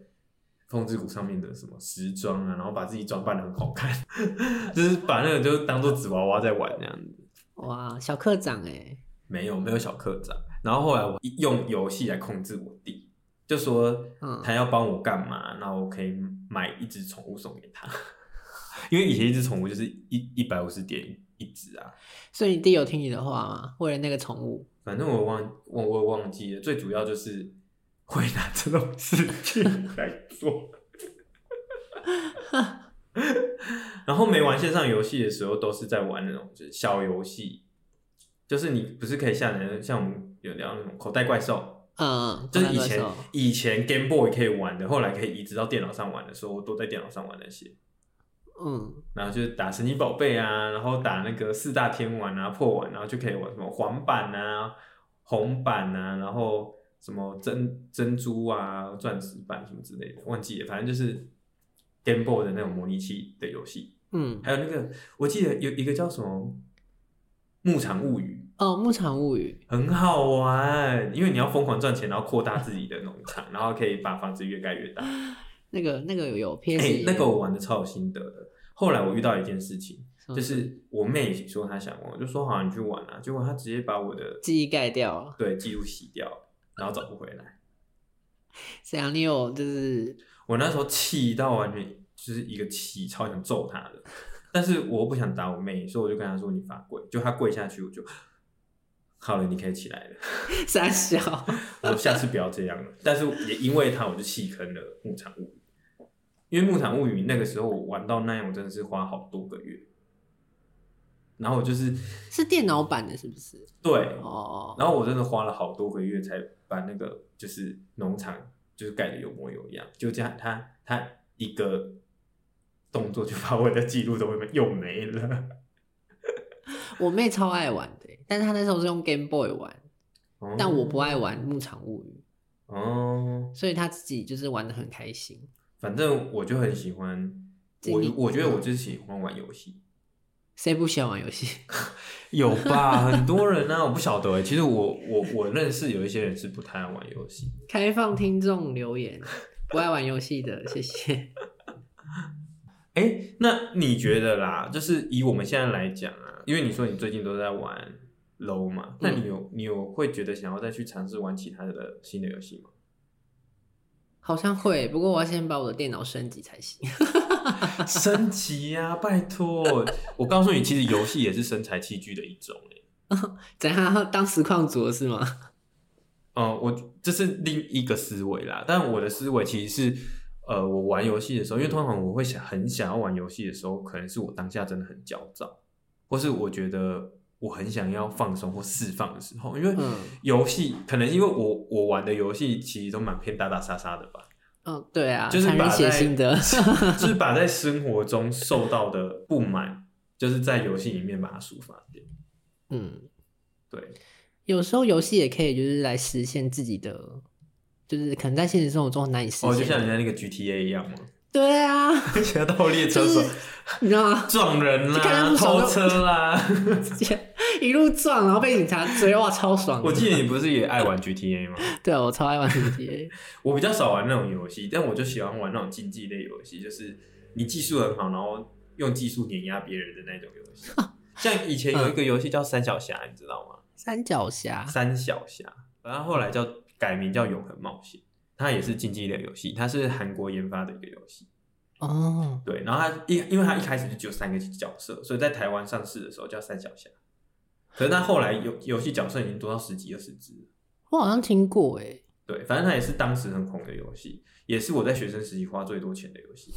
Speaker 1: 风之谷上面的什么时装啊，然后把自己装扮的很好看， 就是把那个就当做纸娃娃在玩那样子。
Speaker 2: 哇，小课长哎、
Speaker 1: 没有没有小课长，然后后来我一用游戏来控制我弟，就说
Speaker 2: 嗯
Speaker 1: 他要帮我干嘛，那我可以买一只宠物送给他， 因为以前一只宠物就是一一百五十点一只啊，
Speaker 2: 所以你弟有听你的话吗？为了那个宠物，
Speaker 1: 反正我忘我我忘记了，最主要就是会拿这种事情来做。然后没玩线上游戏的时候，都是在玩那种就是小游戏，就是你不是可以下载，像我们有聊那种口袋怪兽，
Speaker 2: 嗯，
Speaker 1: 就是以
Speaker 2: 口袋怪
Speaker 1: 前
Speaker 2: 兽
Speaker 1: 以前 Game Boy 可以玩的，后来可以移植到电脑上玩的时候，我都在电脑上玩那些。
Speaker 2: 嗯，
Speaker 1: 然后就是打神奇宝贝啊，然后打那个四大天王啊、破碗，然后就可以玩什么黄版啊、红版啊，然后什么珍珍珠啊、钻石版什么之类的，忘记了，反正就是 Game Boy 的那种模拟器的游戏。
Speaker 2: 嗯，
Speaker 1: 还有那个，我记得有一个叫什么《牧场物语
Speaker 2: 哦，《牧场物语》，
Speaker 1: 很好玩，因为你要疯狂赚钱，然后扩大自己的农场，然后可以把房子越盖越大。
Speaker 2: 那个那个有有
Speaker 1: 哎、
Speaker 2: PS，、
Speaker 1: 那个我玩的超有心得的。后来我遇到一件事情，
Speaker 2: 嗯
Speaker 1: 就是我妹说她想玩，我就说好，你去玩啊。结果她直接把我的
Speaker 2: 记忆盖掉了。
Speaker 1: 对记录洗掉，然后找不回来。
Speaker 2: 沈阳，你有就是
Speaker 1: 我那时候气到完全就是一个气，超想揍她的。但是我又不想打我妹，所以我就跟她说你罚跪。就她跪下去，我就好了，你可以起来了。
Speaker 2: 傻笑，
Speaker 1: 我下次不要这样了。但是也因为他，我就弃坑了《牧场物语》，因为《牧场物语》那个时候我玩到那样，我真的是花好多个月。然后我就是
Speaker 2: 是电脑版的，是不是？
Speaker 1: 对，
Speaker 2: 哦，
Speaker 1: 然后我真的花了好多个月才把那个就是农场就是盖的有模有样，就这样，他他一个动作就把我的记录都又没了。
Speaker 2: 我妹超爱玩的，欸但是她那时候是用 Game Boy 玩，但我不爱玩《牧场物语
Speaker 1: 哦，》，
Speaker 2: 所以她自己就是玩的很开心。
Speaker 1: 反正我就很喜欢，我
Speaker 2: 经历嗯
Speaker 1: 我觉得我就是喜欢玩游戏。
Speaker 2: 谁不喜欢玩游戏？
Speaker 1: 有吧， 很多人啊，我不晓得哎。其实我我我认识有一些人是不太爱玩游戏，
Speaker 2: 开放听众留言，不爱玩游戏的，谢谢。
Speaker 1: 哎、那你觉得啦？就是以我们现在来讲啊，因为你说你最近都在玩 LO 嘛，那你有、你有会觉得想要再去尝试玩其他的新的游戏吗？
Speaker 2: 好像会，不过我要先把我的电脑升级才行。
Speaker 1: 升级啊，拜托！我告诉你，其实游戏也是身材器具的一种哎、
Speaker 2: 怎样当实况主了是吗？
Speaker 1: 嗯，我这是另一个思维啦，但我的思维其实是。呃，我玩游戏的时候，因为通常我会想很想要玩游戏的时候，可能是我当下真的很焦躁，或是我觉得我很想要放松或释放的时候，因为
Speaker 2: 嗯
Speaker 1: 游戏可能因为我我玩的游戏其实都蛮偏打打杀杀的吧，
Speaker 2: 嗯，对啊，
Speaker 1: 就是
Speaker 2: 残
Speaker 1: 把
Speaker 2: 忍血
Speaker 1: 在。
Speaker 2: 腥的
Speaker 1: 就是把在生活中受到的不满，就是在游戏里面把它抒发掉。
Speaker 2: 嗯，
Speaker 1: 对，
Speaker 2: 有时候游戏也可以就是来实现自己的，就是可能在现实生活中很难以实现
Speaker 1: 哦，
Speaker 2: 的。
Speaker 1: 就像人家那个 GTA 一样嘛，
Speaker 2: 对啊，
Speaker 1: 侠盗猎车
Speaker 2: 就是
Speaker 1: 手、
Speaker 2: 你知道吗？
Speaker 1: 撞人
Speaker 2: 就看他
Speaker 1: 啦、
Speaker 2: 们
Speaker 1: 偷
Speaker 2: 手就
Speaker 1: 车啦。
Speaker 2: 直接一路撞，然后被警察追，哇，超爽的！
Speaker 1: 我记得你不是也爱玩 GTA 吗？
Speaker 2: 对啊我超爱玩 GTA，
Speaker 1: 我比较少玩那种游戏，但我就喜欢玩那种竞技类游戏，就是你技术很好，然后用技术碾压别人的那种游 戏。像以前有
Speaker 2: 嗯
Speaker 1: 一个游戏叫三小侠，你知道吗？
Speaker 2: 三角侠，
Speaker 1: 三小侠，然后后来叫改名叫永恒冒险，它也是竞技类游戏，它是韩国研发的一个游戏。
Speaker 2: 哦，
Speaker 1: 对，然后它一因为它一开始就只有三个角色，所以在台湾上市的时候叫三小侠。可是它后来游游戏角色已经多到十几二十只了。
Speaker 2: 我好像听过诶，
Speaker 1: 对，反正它也是当时很红的游戏，也是我在学生时期花最多钱的游戏。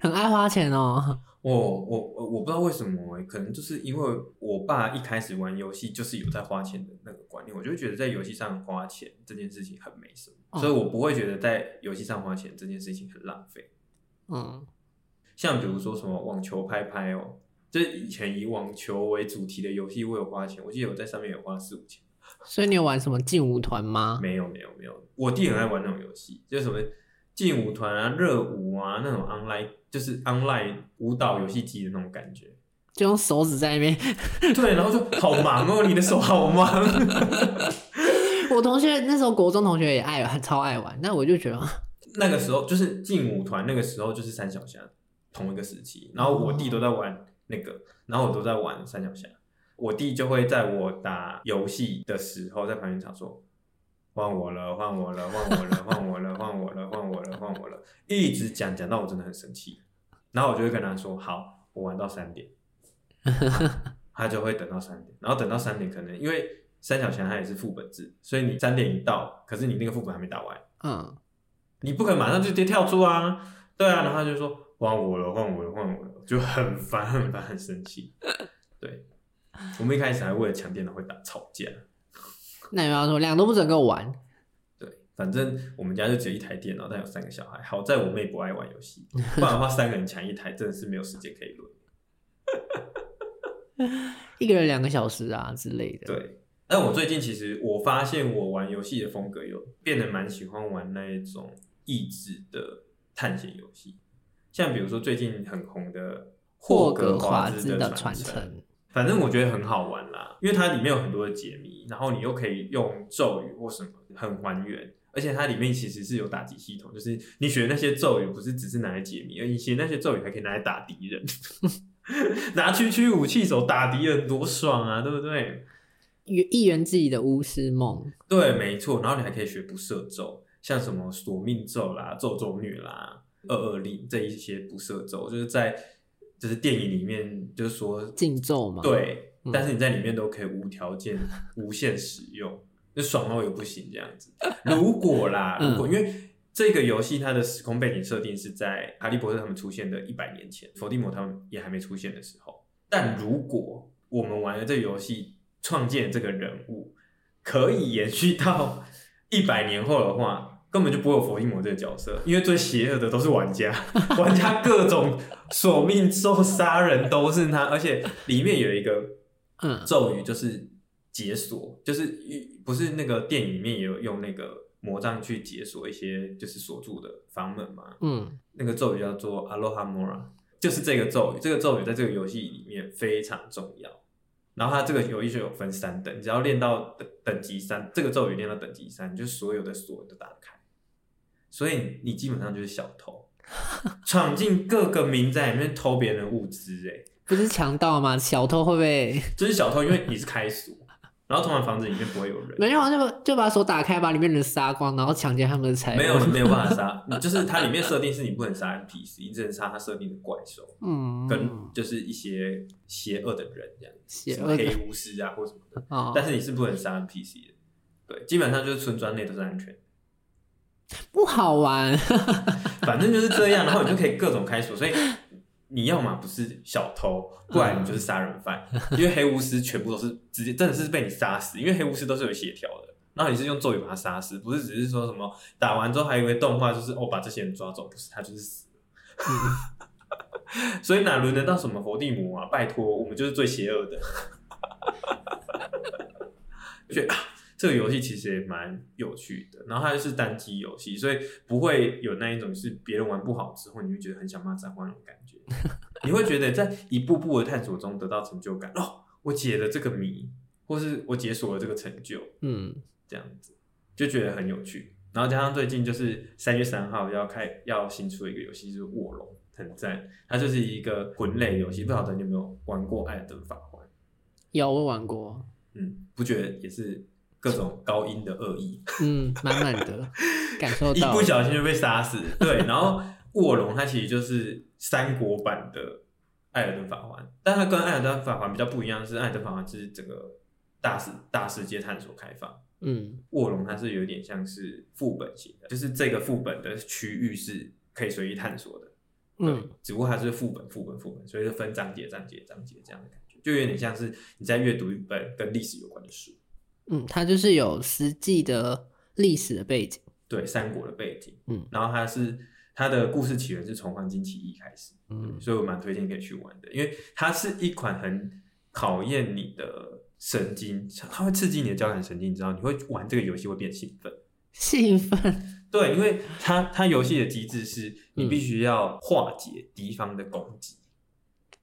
Speaker 2: 很爱花钱哦。
Speaker 1: 我我呃我我不知道为什么、欸，可能就是因为我爸一开始玩游戏就是有在花钱的那个观念，我就会觉得在游戏上花钱这件事情很没什么，
Speaker 2: 哦
Speaker 1: 所以我不会觉得在游戏上花钱这件事情很浪费。
Speaker 2: 嗯，
Speaker 1: 像比如说什么网球拍拍哦，就是以前以网球为主题的游戏，我有花钱，我记得我在上面有花四五千。
Speaker 2: 所以你有玩什么劲舞团吗？
Speaker 1: 没有没有没有，我弟很爱玩那种游戏，就是什么劲舞团啊、热舞啊那种 online，就是 online 舞蹈游戏机的那种感觉。
Speaker 2: 就用手指在那边。
Speaker 1: 对，然后就好忙哦，你的手好忙。
Speaker 2: 我同学那时候国中同学也爱玩，超爱玩，那我就觉得
Speaker 1: 那个时候就是劲舞团，那个时候就是三小侠同一个时期，然后我弟都在玩那个，然后我都在玩三小侠。我弟就会在我打游戏的时候，在旁边吵说：“换我了，换我了，换我了，换我了，换我了，换我了，换我了。”一直讲讲到我真的很生气，然后我就会跟他说：“好，我玩到三点。”他就会等到三点，然后等到三点，可能因为三小侠他也是副本制，所以你三点一到，可是你那个副本还没打完。
Speaker 2: 嗯，
Speaker 1: 你不可能马上就直接跳出啊，对啊，然后他就说换我了，换我了，换我了，就很烦，很烦，很生气。对，我们一开始还为了抢电脑会打吵架，
Speaker 2: 那你妈说两个都不准跟我玩，
Speaker 1: 对，反正我们家就只有一台电脑，但有三个小孩。好在我妹不爱玩游戏，不然的话三个人抢一台，真的是没有时间可以 轮。
Speaker 2: 一个人两个小时啊之类的。，
Speaker 1: 对，但我最近其实我发现我玩游戏的风格有变得蛮喜欢玩那一种益智的探险游戏，像比如说最近很红的《
Speaker 2: 霍
Speaker 1: 格
Speaker 2: 格华
Speaker 1: 兹
Speaker 2: 兹
Speaker 1: 的
Speaker 2: 的传
Speaker 1: 承》，
Speaker 2: 承，
Speaker 1: 反正我觉得很好玩啦，因为它里面有很多的解谜，然后你又可以用咒语或什么很还原，而且它里面其实是有打击系统，就是你学那些咒语不是只是拿来解谜，而你学那些咒语还可以拿来打敌人， 拿区区武器手打敌人多爽啊，对不对？
Speaker 2: 圆一圆自己的巫师梦，
Speaker 1: 对，没错。然后你还可以学不射咒，像什么索命咒啦、咒咒虐啦、二二令这一些不射咒，就是在就是电影里面就是说
Speaker 2: 禁咒嘛。，
Speaker 1: 对，
Speaker 2: 嗯
Speaker 1: 但是你在里面都可以无条件、无限使用，就爽到也不行这样子。如果啦，
Speaker 2: 嗯
Speaker 1: 如果、因为这个游戏它的时空背景设定是在哈利波特他们出现的一百年前，伏地魔他们也还没出现的时候。但如果我们玩了这个游戏，创建这个人物可以延续到一百年后的话，根本就不会有伏地魔这个角色，因为最邪恶的都是玩家。 玩家各种索命咒、杀人都是他，而且里面有一个
Speaker 2: 嗯，
Speaker 1: 咒语就是解锁，就是一不是那个电影里面也有用那个魔杖去解锁一些就是锁住的房门嘛？
Speaker 2: 嗯，
Speaker 1: 那个咒语叫做 Aloha Mora，就是这个咒语，这个咒语在这个游戏里面非常重要。然后它这个游戏就有分三等，只要练到等等级三，这个咒语练到等级三，就所有的锁都打开。所以你基本上就是小偷，闯进各个民宅里面偷别人的物资、欸，
Speaker 2: 不是强盗嘛，小偷会不会？，
Speaker 1: 就是小偷，因为你是开锁，然后通常房子里面不会有人
Speaker 2: 没有啊，就把就把手打开，把里面的人杀光，然后抢劫他们的财物。
Speaker 1: 没有你没有办法杀，你就是它里面设定是你不能杀 NPC，你只能杀它设定的怪兽
Speaker 2: 嗯，
Speaker 1: 跟就是一些邪恶的人这样子，
Speaker 2: 邪
Speaker 1: 什么
Speaker 2: 恶的
Speaker 1: 黑巫师啊或什么的，
Speaker 2: 哦，
Speaker 1: 但是你是不能杀 NPC 的。对，基本上就是村庄内都是安全，
Speaker 2: 不好玩。
Speaker 1: 反正就是这样，然后你就可以各种开锁，所以你要嘛不是小偷，不然你就是杀人犯，
Speaker 2: 嗯
Speaker 1: 因为黑巫师全部都是直接真的是被你杀死，因为黑巫师都是有协调的，然后你是用咒语把他杀死，不是只是说什么打完之后还以为动画就是哦把这些人抓走，不是他就是死
Speaker 2: 嗯
Speaker 1: 了 所以哪轮得到什么伏地魔啊？拜托，我们就是最邪恶的。 觉得啊这个游戏其实也蛮有趣的，然后它就是单机游戏，所以不会有那一种是别人玩不好之后，你会觉得很想骂脏话那种感觉。你会觉得在一步步的探索中得到成就感，哦，我解了这个谜，或是我解锁了这个成就，
Speaker 2: 嗯，
Speaker 1: 这样子就觉得很有趣。然后加上最近就是三月三号要开要新出一个游戏，就是《卧龙》，很赞。它就是一个魂类游戏，不晓得你有没有玩过《艾尔登法环》？
Speaker 2: 有我玩过，
Speaker 1: 嗯，不觉得也是各种高音的恶意，
Speaker 2: 嗯，满满的 感受
Speaker 1: 一
Speaker 2: 到
Speaker 1: 不小心就被杀死。对，然后卧龙它其实就是三国版的《艾尔登法环》，但它跟《艾尔登法环》比较不一样的是，《艾尔登法环》是整个大世大世界探索开放，
Speaker 2: 嗯
Speaker 1: 卧龙它是有点像是副本型的，就是这个副本的区域是可以随意探索的。
Speaker 2: 嗯，
Speaker 1: 只不过它是副本、副本、副本，所以就分章节、章节、章节这样的感觉，就有点像是你在阅读一本跟历史有关的书。
Speaker 2: 嗯，它就是有实际的历史的背景。
Speaker 1: 对三国的背景，
Speaker 2: 嗯
Speaker 1: 然后它是它的故事起源是从黄金起义开始，
Speaker 2: 嗯
Speaker 1: 所以我蛮推荐可以去玩的，因为它是一款很考验你的神经，它会刺激你的交感神经，你知道，你会玩这个游戏会变兴奋，
Speaker 2: 兴奋，
Speaker 1: 对，因为它它游戏的机制是
Speaker 2: 嗯
Speaker 1: 你必须要化解敌方的攻击，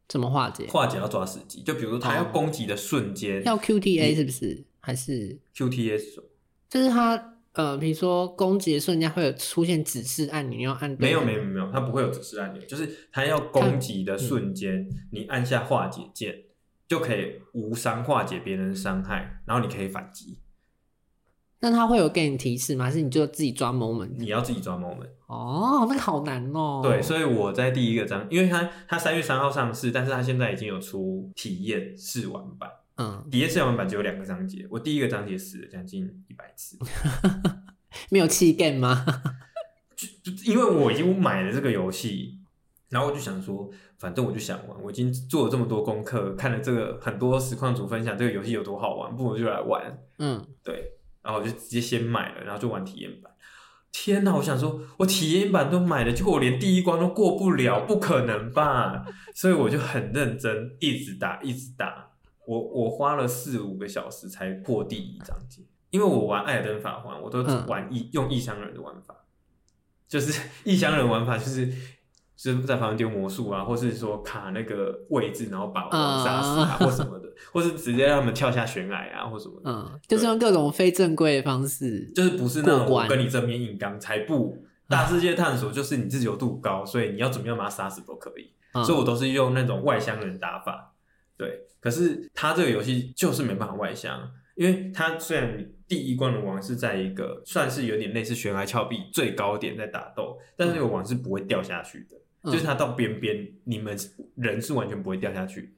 Speaker 2: 怎么化解？
Speaker 1: 化解要抓时机，就比如说他要
Speaker 2: 哦
Speaker 1: 攻击的瞬间，
Speaker 2: 要 QTA 是不是？还是
Speaker 1: QTS
Speaker 2: 就是它呃，比如说攻击的瞬间会有出现指示按钮，要按对嗯
Speaker 1: 没有
Speaker 2: 的
Speaker 1: 没有没有，它不会有指示按钮，就是它要攻击的瞬间，你按下化解键，就可以无伤化解别人的伤害，然后你可以反击，
Speaker 2: 那它会有给你提示吗？还是你就自己抓 moment？
Speaker 1: 你要自己抓 moment。
Speaker 2: 哦，那个好难哦。
Speaker 1: 对，所以我在第一个章，因为它它三月三号上市，但是它现在已经有出体验试玩版，
Speaker 2: 嗯，
Speaker 1: 体验试玩版只有两个章节，我第一个章节死了将近一百次，
Speaker 2: 没有气 game 吗？
Speaker 1: 就因为我已经买了这个游戏，然后我就想说，反正我就想玩，我已经做了这么多功课，看了这个很多实况主分享这个游戏有多好玩，不如就来玩。
Speaker 2: 嗯，
Speaker 1: 对，然后我就直接先买了，然后就玩体验版。天哪！我想说，我体验版都买了，结果我连第一关都过不了，不可能吧？所以我就很认真，一直打，一直打。我我花了四五个小时才过第一章节，因为我玩《艾尔登法环》，我都
Speaker 2: 嗯
Speaker 1: 玩异、用异乡人的玩法，就是 异乡人玩法，就是就是在旁边丢魔术啊，或是说卡那个位置，然后把王杀死啊，
Speaker 2: 嗯
Speaker 1: 或什么的，或是直接让他们跳下悬崖啊，或什么的。
Speaker 2: 嗯，就是用各种非正规的方式，
Speaker 1: 就是不是那种
Speaker 2: 过
Speaker 1: 我
Speaker 2: 关啊
Speaker 1: 跟你正面硬刚才不。大世界探索就是你自由度高，所以你要怎么样把它杀死都可以。
Speaker 2: 嗯
Speaker 1: 所以我都是用那种外乡人打法，对。可是它这个游戏就是没办法外乡，因为它虽然你第一关的王是在一个算是有点类似悬崖峭壁最高点在打斗，但是那个王是不会掉下去的，
Speaker 2: 嗯
Speaker 1: 就是它到边边，你们人是完全不会掉下去。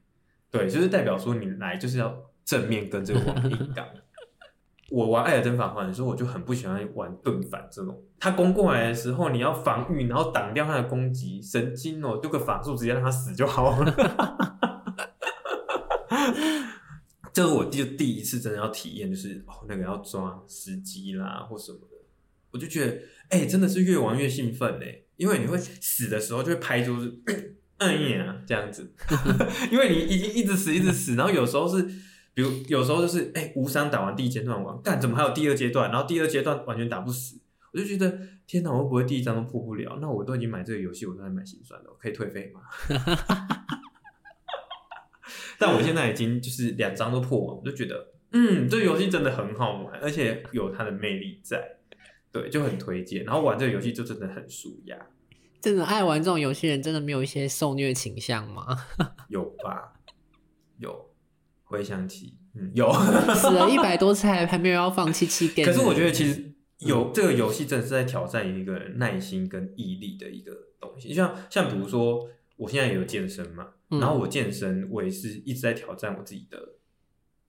Speaker 1: 对，就是代表说你来就是要正面跟这个王硬刚。 我玩艾尔登法环的时候，我就很不喜欢玩盾反这种。他攻过来的时候，你要防御，然后挡掉他的攻击，神经哦，丢个法术直接让他死就好了。 这个我就第一次真的要体验，就是哦，那个要抓时机啦或什么的，我就觉得哎、真的是越玩越兴奋哎、因为你会死的时候就会拍桌子，嗯呀这样子，因为你已经一直死一直死，然后有时候是。比如有时候就是，哎、无伤打完第一阶段完，干怎么还有第二阶段？然后第二阶段完全打不死，我就觉得天哪，我会不会第一张都破不了？那我都已经买这个游戏，我都在买心酸的，我可以退费吗？ 但我现在已经就是两张都破完，我就觉得，嗯，这个游戏真的很好玩，而且有它的魅力在，对，就很推荐。然后玩这个游戏就真的很舒压，
Speaker 2: 真的爱玩这种游戏人，真的没有一些受虐倾向吗？
Speaker 1: 有吧？有，回想起，嗯，有。
Speaker 2: 死了一百多次还还没有要放弃气 垫，
Speaker 1: 可是我觉得其实
Speaker 2: 嗯
Speaker 1: 有、这个游戏真的是在挑战一个人耐心跟毅力的一个东西，像像比如说我现在也有健身嘛，
Speaker 2: 嗯，
Speaker 1: 然后我健身，我也是一直在挑战我自己的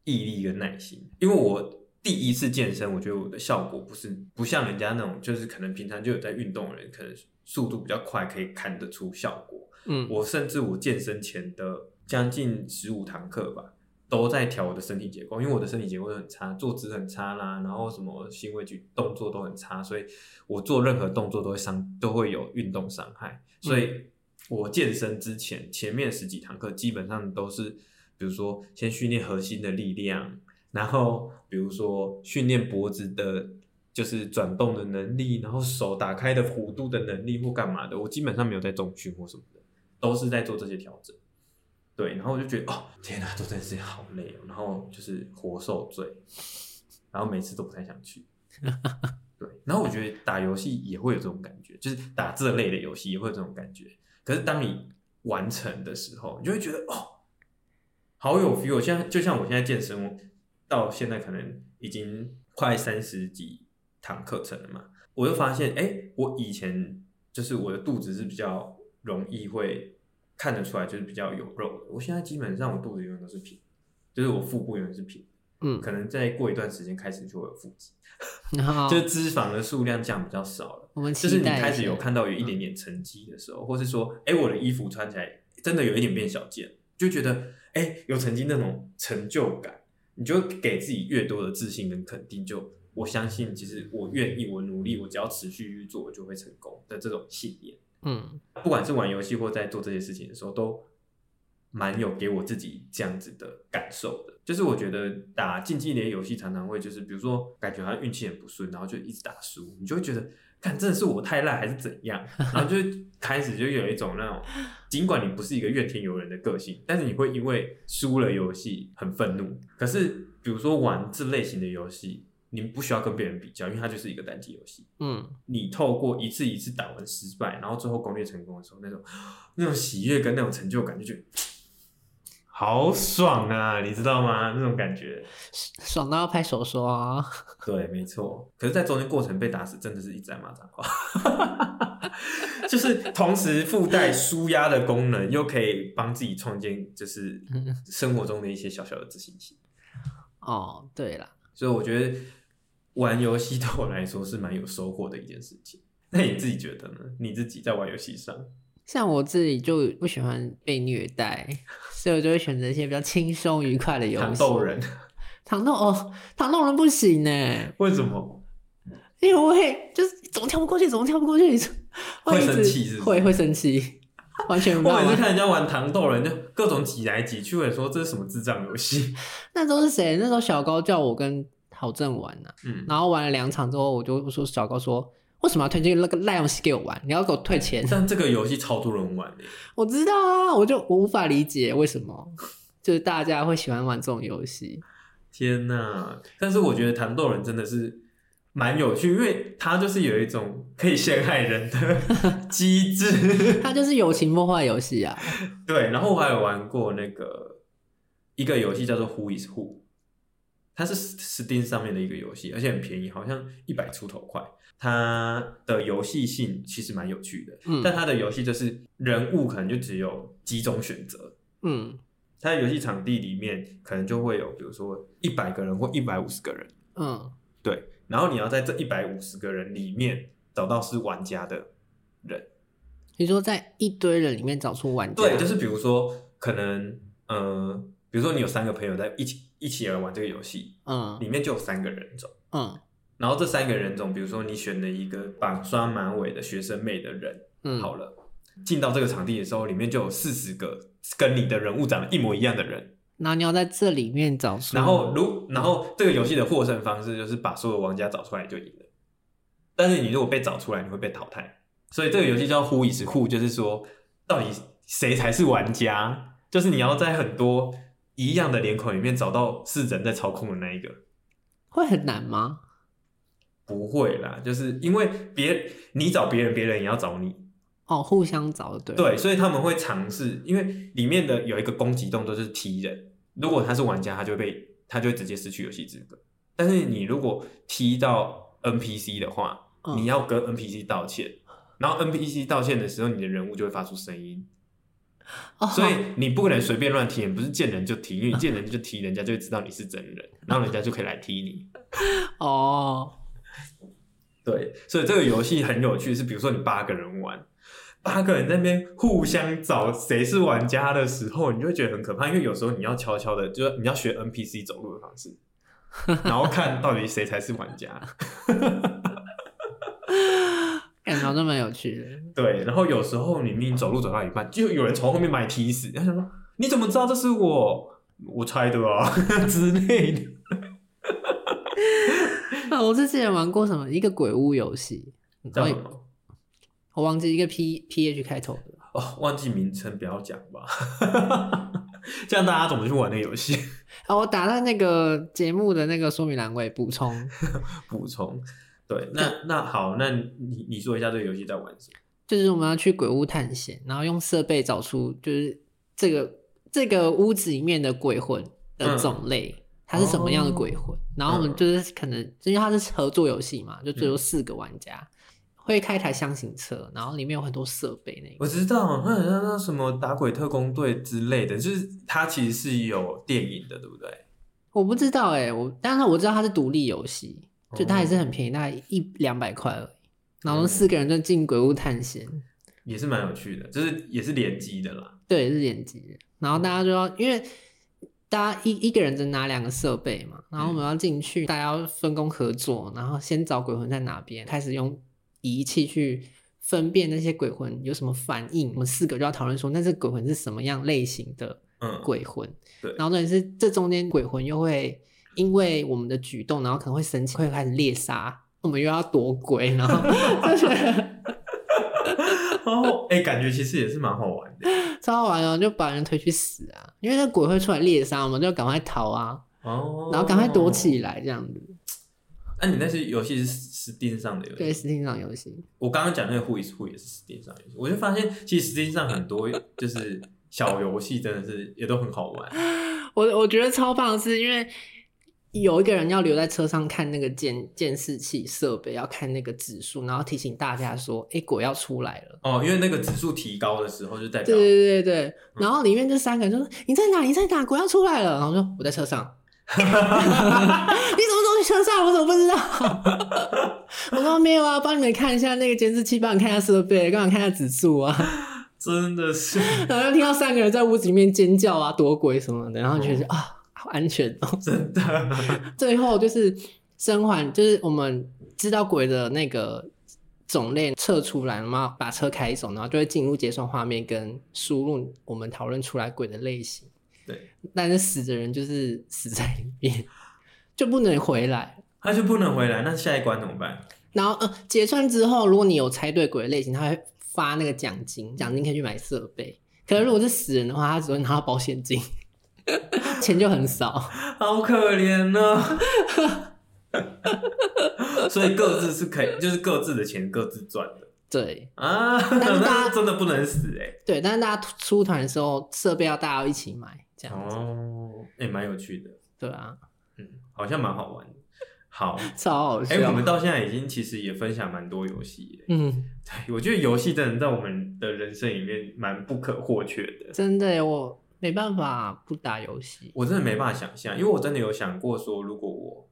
Speaker 1: 毅力跟耐心，因为我第一次健身，我觉得我的效果不是不像人家那种，就是可能平常就有在运动的人，可能速度比较快，可以看得出效果。
Speaker 2: 嗯，
Speaker 1: 我甚至我健身前的将近十五堂课吧，都在调我的身体结构，因为我的身体结构都很差，坐姿很差啦，然后什么行为举动作都很差，所以我做任何动作都会伤，都会有运动伤害。所以我健身之前前面十几堂课基本上都是，比如说先训练核心的力量，然后比如说训练脖子的，就是转动的能力，然后手打开的弧度的能力或干嘛的，我基本上没有在中训或什么的，都是在做这些调整。对，然后我就觉得哦，天哪，做这件事情好累哦，然后就是活受罪，然后每次都不太想去。对，然后我觉得打游戏也会有这种感觉，就是打这类的游戏也会有这种感觉。可是当你完成的时候，你就会觉得哦，好有 feel。现在就像我现在健身，我到现在可能已经快三十几堂课程了嘛，我就发现，哎、我以前就是我的肚子是比较容易会看得出来，就是比较有肉的。我现在基本上我肚子永远都是平，就是我腹部永远是平。
Speaker 2: 嗯，
Speaker 1: 可能再过一段时间开始就会有腹肌，
Speaker 2: 然后
Speaker 1: 就是脂肪的数量降比较少了。
Speaker 2: 我们
Speaker 1: 就
Speaker 2: 哦期
Speaker 1: 是你
Speaker 2: 待一
Speaker 1: 开始有
Speaker 2: 下
Speaker 1: 看到有一点点成绩的时候，或是说，哎、我的衣服穿起来真的有一点变小件，就觉得，哎、有曾经那种成就感，你就给自己越多的自信跟肯定，就我相信，其实我愿意，我努力，我只要持续去做，我就会成功的这种信念。
Speaker 2: 嗯
Speaker 1: 不管是玩游戏或在做这些事情的时候，都蛮有给我自己这样子的感受的。就是我觉得打竞技类游戏常常会就是，比如说感觉好像运气很不顺，然后就一直打输，你就会觉得，看真的是我太烂还是怎样，然后就开始就有一种那种，尽管你不是一个怨天尤人的个性，但是你会因为输了游戏很愤怒。可是比如说玩这类型的游戏，你不需要跟别人比较，因为它就是一个单机游戏。
Speaker 2: 嗯，
Speaker 1: 你透过一次一次打完失败，然后最后攻略成功的时候，那种那种喜悦跟那种成就感，就觉得好爽啊，你知道吗？那种感觉。
Speaker 2: 爽到要拍手说啊，
Speaker 1: 对，没错。可是，在中间过程被打死，真的是一直在骂脏话， 就是同时附带舒压的功能，又可以帮自己创建就是
Speaker 2: 嗯
Speaker 1: 生活中的一些小小的自信心。
Speaker 2: 哦，对啦，
Speaker 1: 所以我觉得玩游戏对我来说是蛮有收获的一件事情。那你自己觉得呢？你自己在玩游戏上？
Speaker 2: 像我自己就不喜欢被虐待，所以我就会选择一些比较轻松愉快的游戏。
Speaker 1: 糖豆，人
Speaker 2: 糖豆哦，糖豆人不行呢，
Speaker 1: 为什么？
Speaker 2: 因为我会就是总跳不过去，总跳不过去，
Speaker 1: 会
Speaker 2: 一直
Speaker 1: 生气是不是
Speaker 2: 会会生气，完全没
Speaker 1: 嗯我
Speaker 2: 办
Speaker 1: 每次
Speaker 2: 法。
Speaker 1: 看人家玩糖豆人，就各种挤来挤去，我也说这是什么智障游戏？
Speaker 2: 那时候是谁？那时候小高叫我跟郝正玩呢、
Speaker 1: 嗯，
Speaker 2: 然后玩了两场之后，我就说小高说。为什么要推荐那个赖东西给我玩？你要给我退钱！
Speaker 1: 但这个游戏超多人玩的耶，欸
Speaker 2: 我知道啊，我就我无法理解为什么就是大家会喜欢玩这种游戏。
Speaker 1: 天哪！但是我觉得糖豆人真的是蛮有趣，因为它就是有一种可以陷害人的机制。
Speaker 2: 它就是友情破坏游戏啊。
Speaker 1: 对，然后我还有玩过那个一个游戏叫做 Who is Who，它是 Steam 上面的一个游戏，而且很便宜，好像一百出头块。它的游戏性其实蛮有趣的，
Speaker 2: 嗯
Speaker 1: 但它的游戏就是人物可能就只有几种选择。
Speaker 2: 嗯
Speaker 1: 它的游戏场地里面可能就会有，比如说一百个人或一百五十个人，
Speaker 2: 嗯
Speaker 1: 对，然后你要在这一百五十个人里面找到是玩家的人。
Speaker 2: 你说在一堆人里面找出玩家，
Speaker 1: 对，就是比如说，可能，呃，比如说你有三个朋友在一起一起来玩这个游戏，
Speaker 2: 嗯
Speaker 1: 里面就有三个人种，
Speaker 2: 嗯
Speaker 1: 然后这三个人种，比如说你选了一个绑双马尾的学生妹的人，
Speaker 2: 嗯，
Speaker 1: 好了，进到这个场地的时候，里面就有四十个跟你的人物长得一模一样的人，
Speaker 2: 然后你要在这里面找出，
Speaker 1: 然后如然后这个游戏的获胜方式就是把所有玩家找出来就赢了，但是你如果被找出来，你会被淘汰。所以这个游戏叫 Who is Who，就是说到底谁才是玩家，就是你要在很多一样的脸孔里面找到是人在操控的那一个。
Speaker 2: 会很难吗？
Speaker 1: 不会啦，就是因为别你找别人，别人也要找你，
Speaker 2: 哦，互相找对，
Speaker 1: 对，所以他们会尝试，因为里面的有一个攻击动作就是踢人，如果他是玩家，他就会被他就会直接失去游戏资格。但是你如果踢到 NPC 的话，
Speaker 2: 嗯
Speaker 1: 你要跟 NPC 道歉，然后 NPC 道歉的时候，你的人物就会发出声音，
Speaker 2: 哦，
Speaker 1: 所以你不能随便乱踢，你不是见人就踢，因为你见人就踢，人家就会知道你是真人，然后人家就可以来踢你。
Speaker 2: 哦，
Speaker 1: 对，所以这个游戏很有趣，是比如说你八个人玩，八个人在那边互相找谁是玩家的时候，你就会觉得很可怕，因为有时候你要悄悄的，就是你要学 NPC 走路的方式，然后看到底谁才是玩家。
Speaker 2: 感觉这么有趣 的，
Speaker 1: 对，然后有时候你明明走路走到一半，就有人从后面把你踢死，他想说你怎么知道这是我？我猜的啊 之类的。
Speaker 2: 啊，我之前也玩过什么一个鬼屋游戏，
Speaker 1: 叫
Speaker 2: 然
Speaker 1: 什
Speaker 2: 后
Speaker 1: 么？
Speaker 2: 我忘记一个 P P H 开头的，
Speaker 1: 哦，忘记名称，不要讲吧。 这样大家怎么去玩那个游戏？
Speaker 2: 啊，我打在那个节目的那个说明栏位补充，
Speaker 1: 补充。 对，那那好，那你你说一下这个游戏在玩什么？
Speaker 2: 就是我们要去鬼屋探险，然后用设备找出就是这个这个屋子里面的鬼魂
Speaker 1: 嗯
Speaker 2: 的种类，它是什么样的
Speaker 1: 哦
Speaker 2: 鬼魂。然后我们就是可能，因为它是合作游戏嘛，就最
Speaker 1: 嗯
Speaker 2: 多四个玩家、会开一台箱型车，然后里面有很多设备那个。
Speaker 1: 我知道，那很像那什么打鬼特工队之类的，就是它其实是有电影的，对不对？
Speaker 2: 我不知道哎、我但是我知道它是独立游戏，就它
Speaker 1: 哦嗯
Speaker 2: 也是很便宜，大概一两百块而已。然后四个人就进鬼屋探险，
Speaker 1: 也是蛮有趣的，就是也是联机的啦。
Speaker 2: 对，是联机的。然后大家就要，因为大家一一个人只拿两个设备嘛，然后我们要进去，大家要分工合作，然后先找鬼魂在哪边，开始用仪器去分辨那些鬼魂有什么反应。我们四个就要讨论说，那这鬼魂是什么样类型的
Speaker 1: 嗯，
Speaker 2: 鬼魂？
Speaker 1: 对
Speaker 2: 然后重点是，这中间鬼魂又会因为我们的举动，然后可能会生气，会开始猎杀。我们又要躲鬼，然后 就是
Speaker 1: 然后哎、感觉其实也是蛮好玩的。
Speaker 2: 超好玩哦，就把人推去死啊！因为那鬼会出来猎杀，我们就赶快逃啊！
Speaker 1: 哦，
Speaker 2: 然后赶快躲起。来这样子。
Speaker 1: 那、你那是游戏是 Steam 上的游戏？
Speaker 2: 对，实际上游戏，
Speaker 1: 我刚刚讲那个 Who is Who 也是 Steam 上的游戏。我就发现，其实 Steam 上很多就是小游戏真的是也都很好玩。
Speaker 2: 我我觉得超棒，是因为有一个人要留在车上看那个监监视器设备，要看那个指数，然后提醒大家说：“哎、果要出来了。”
Speaker 1: 哦，因为那个指数提高的时候，就代
Speaker 2: 对
Speaker 1: 表
Speaker 2: 对对对，然后里面这三个人就说：“你在哪？你在哪？果要出来了。”然后说：“我在车 上。”你怎么都去车上？我怎么不知道？我说没有啊，帮你们看一下那个监视器，帮你看一下设备，帮你看一下指数啊。
Speaker 1: 真的是，
Speaker 2: 然后听到三个人在屋子里面尖叫啊、躲鬼什么的，然后觉得、啊，好安全哦。
Speaker 1: 真的，
Speaker 2: 最后就是生还，就是我们知道鬼的那个种类测出来了嘛，把车开走，然后就会进入结算画面跟输入我们讨论出来鬼的类型。
Speaker 1: 对，
Speaker 2: 但是死的人就是死在里面，就不能回来。
Speaker 1: 他就不能回来，那下一关怎么办？
Speaker 2: 然后呃，结算之后，如果你有猜对鬼的类型，他会发那个奖金，奖金可以去买设备。可是如果是死人的话，他只会拿到保险金， 钱就很少。
Speaker 1: 好可怜哦。 所以各自是可以，就是各自的钱各自赚的
Speaker 2: 对
Speaker 1: 啊。
Speaker 2: 但是大
Speaker 1: 那
Speaker 2: 家
Speaker 1: 真的不能死哎、
Speaker 2: 对，但是大家出团的时候，设备要大家一起买，这样子。
Speaker 1: 哦，哎、蛮有趣的，
Speaker 2: 对啊，
Speaker 1: 嗯，好像蛮好玩的。 好，
Speaker 2: 超好笑。
Speaker 1: 哎、我们到现在已经其实也分享蛮多游戏、欸。
Speaker 2: 嗯，
Speaker 1: 对，我觉得游戏真的在我们的人生里面蛮不可或缺的。
Speaker 2: 真的耶，我没办法不打游戏。
Speaker 1: 我真的没办法想象，因为我真的有想过说，如果我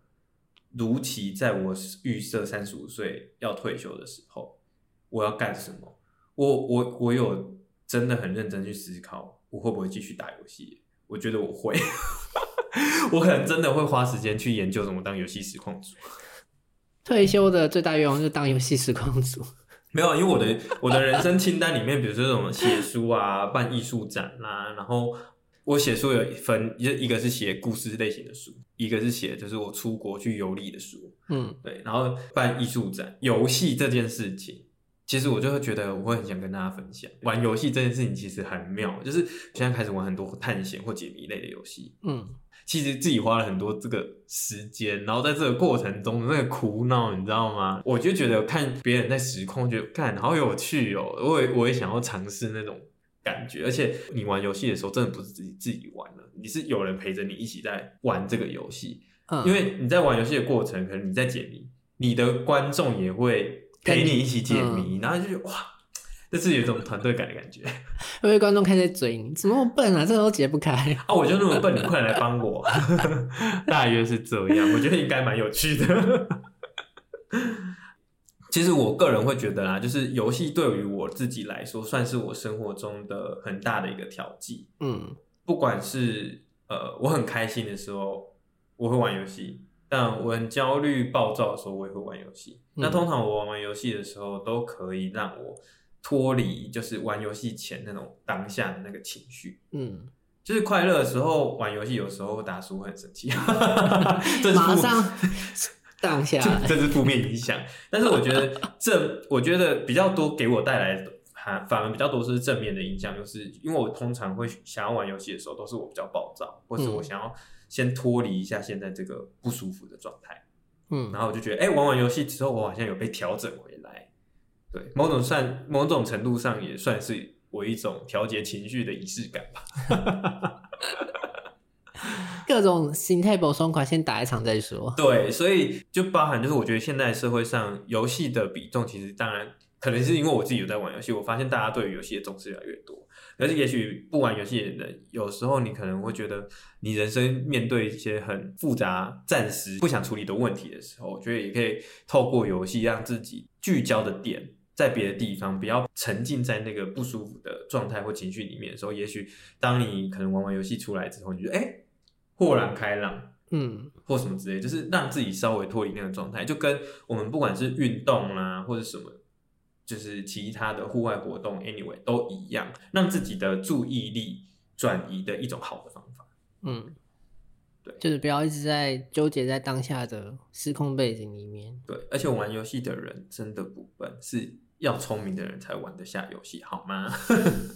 Speaker 1: 如期在我预设三十五岁要退休的时候，我要干什么？我我我有真的很认真去思考，我会不会继续打游戏？我觉得我会， 我可能真的会花时间去研究怎么当游戏实况主。
Speaker 2: 退休的最大愿望就是当游戏实况组。
Speaker 1: 没有，因为我的 我的人生清单里面，比如说这种写书啊、办艺术展啦、然后我写书有分，一一个是写故事类型的书，一个是写就是我出国去游历的书，
Speaker 2: 嗯，
Speaker 1: 对，然后办艺术展、游戏这件事情。其实我就会觉得，我会很想跟大家分享，玩游戏这件事情其实很妙，就是现在开始玩很多探险或解谜类的游戏，
Speaker 2: 嗯，
Speaker 1: 其实自己花了很多这个时间，然后在这个过程中的那个苦恼，你知道吗？我就觉得看别人在实况，觉得看好有趣哦，我也我也想要尝试那种感觉。而且你玩游戏的时候，真的不是自己自己玩了，你是有人陪着你一起在玩这个游戏。
Speaker 2: 嗯
Speaker 1: 因为你在玩游戏的过程，可能你在解谜，你的观众也会陪你一起解谜，然后就觉得哇，这是有一种团队感的感觉。
Speaker 2: 因为观众开始嘴你，怎么那么笨啊，这个都解不开。
Speaker 1: 啊，我就那么笨，你快来帮 我。大约是这样，我觉得应该蛮有趣的。 其实我个人会觉得啦，就是游戏对于我自己来说，算是我生活中的很大的一个调剂。
Speaker 2: 嗯
Speaker 1: 不管是呃，我很开心的时候，我会玩游戏；但我很焦虑、暴躁的时候，我也会玩游戏。
Speaker 2: 嗯
Speaker 1: 那通常我玩完游戏的时候，都可以让我脱离，就是玩游戏前那种当下的那个情绪。
Speaker 2: 嗯，
Speaker 1: 就是快乐的时候玩游戏，有时候打输会很生气， 这是负
Speaker 2: 马上荡下来。
Speaker 1: 这是负面影响。但是我觉得这，我觉得比较多给我带来的反反而比较多是正面的影响，就是因为我通常会想要玩游戏的时候，都是我比较暴躁，或是
Speaker 2: 嗯
Speaker 1: 我想要先脱离一下现在这个不舒服的状态，
Speaker 2: 嗯
Speaker 1: 然后我就觉得，哎、玩完游戏之后，我好像有被调整回来。对，某种算某种程度上也算是我一种调节情绪的仪式感吧。
Speaker 2: 各种形态保松款，先打一场再说。
Speaker 1: 对，所以就包含就是，我觉得现在社会上游戏的比重，其实当然可能是因为我自己有在玩游戏，我发现大家对于游戏的重视越来越多。而且也许不玩游戏的人，有时候你可能会觉得你人生面对一些很复杂、暂时不想处理的问题的时候，我觉得也可以透过游戏让自己聚焦的点。在别的地方，不要沉浸在那个不舒服的状态或情绪里面的时候，也许当你可能玩完游戏出来之后，你就哎、诶豁然开朗，
Speaker 2: 嗯
Speaker 1: 或什么之类，就是让自己稍微脱离那个状态，就跟我们不管是运动啦、或者什么，就是其他的户外活动，anyway 都一样，让自己的注意力转移的一种好的方法。
Speaker 2: 嗯，
Speaker 1: 对
Speaker 2: 就是不要一直在纠结在当下的时空背景里面。
Speaker 1: 对，而且玩游戏的人真的不笨，是要聪明的人才玩得下游戏，好吗？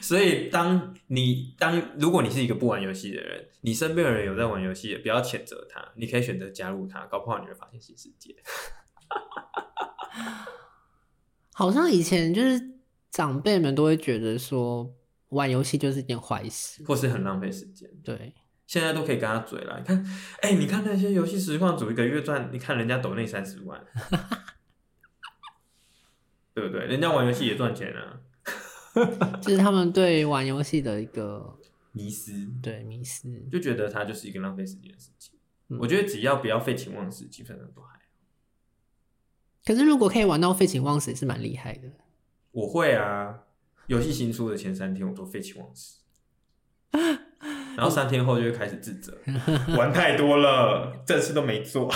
Speaker 1: 所以，当你当如果你是一个不玩游戏的人，你身边的人有在玩游戏的，不要谴责他，你可以选择加入他，搞不好你会发现新世界。
Speaker 2: 好像以前就是长辈们都会觉得说玩游戏就是一件坏事。
Speaker 1: 或是很浪费时间。
Speaker 2: 对，
Speaker 1: 现在都可以跟他嘴了。你看，哎、你看那些游戏实况组一个月赚，你看人家抖那三十 万，对不对？人家玩游戏也赚钱啊。
Speaker 2: 这、是他们对玩游戏的一个
Speaker 1: 迷失
Speaker 2: 对迷失。
Speaker 1: 就觉得它就是一个浪费时间的事情。
Speaker 2: 嗯
Speaker 1: 我觉得只要不要废寝忘食，基本上都还好。
Speaker 2: 可是如果可以玩到废寝忘食，也是蛮厉害的。
Speaker 1: 我会啊，游戏新出的前三天，我都废寝忘 食，然后三天后就会开始自责，玩太多 了，正事都没做。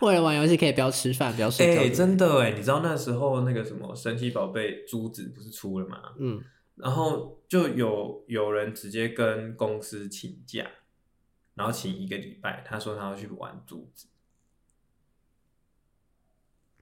Speaker 2: 为了玩游戏可以不要吃饭，不要睡觉。
Speaker 1: 哎、真的哎，你知道那时候那个什么神奇宝贝珠子不是出了吗？
Speaker 2: 嗯，
Speaker 1: 然后就有有人直接跟公司请假，然后请一个礼拜，他说他要去玩珠子，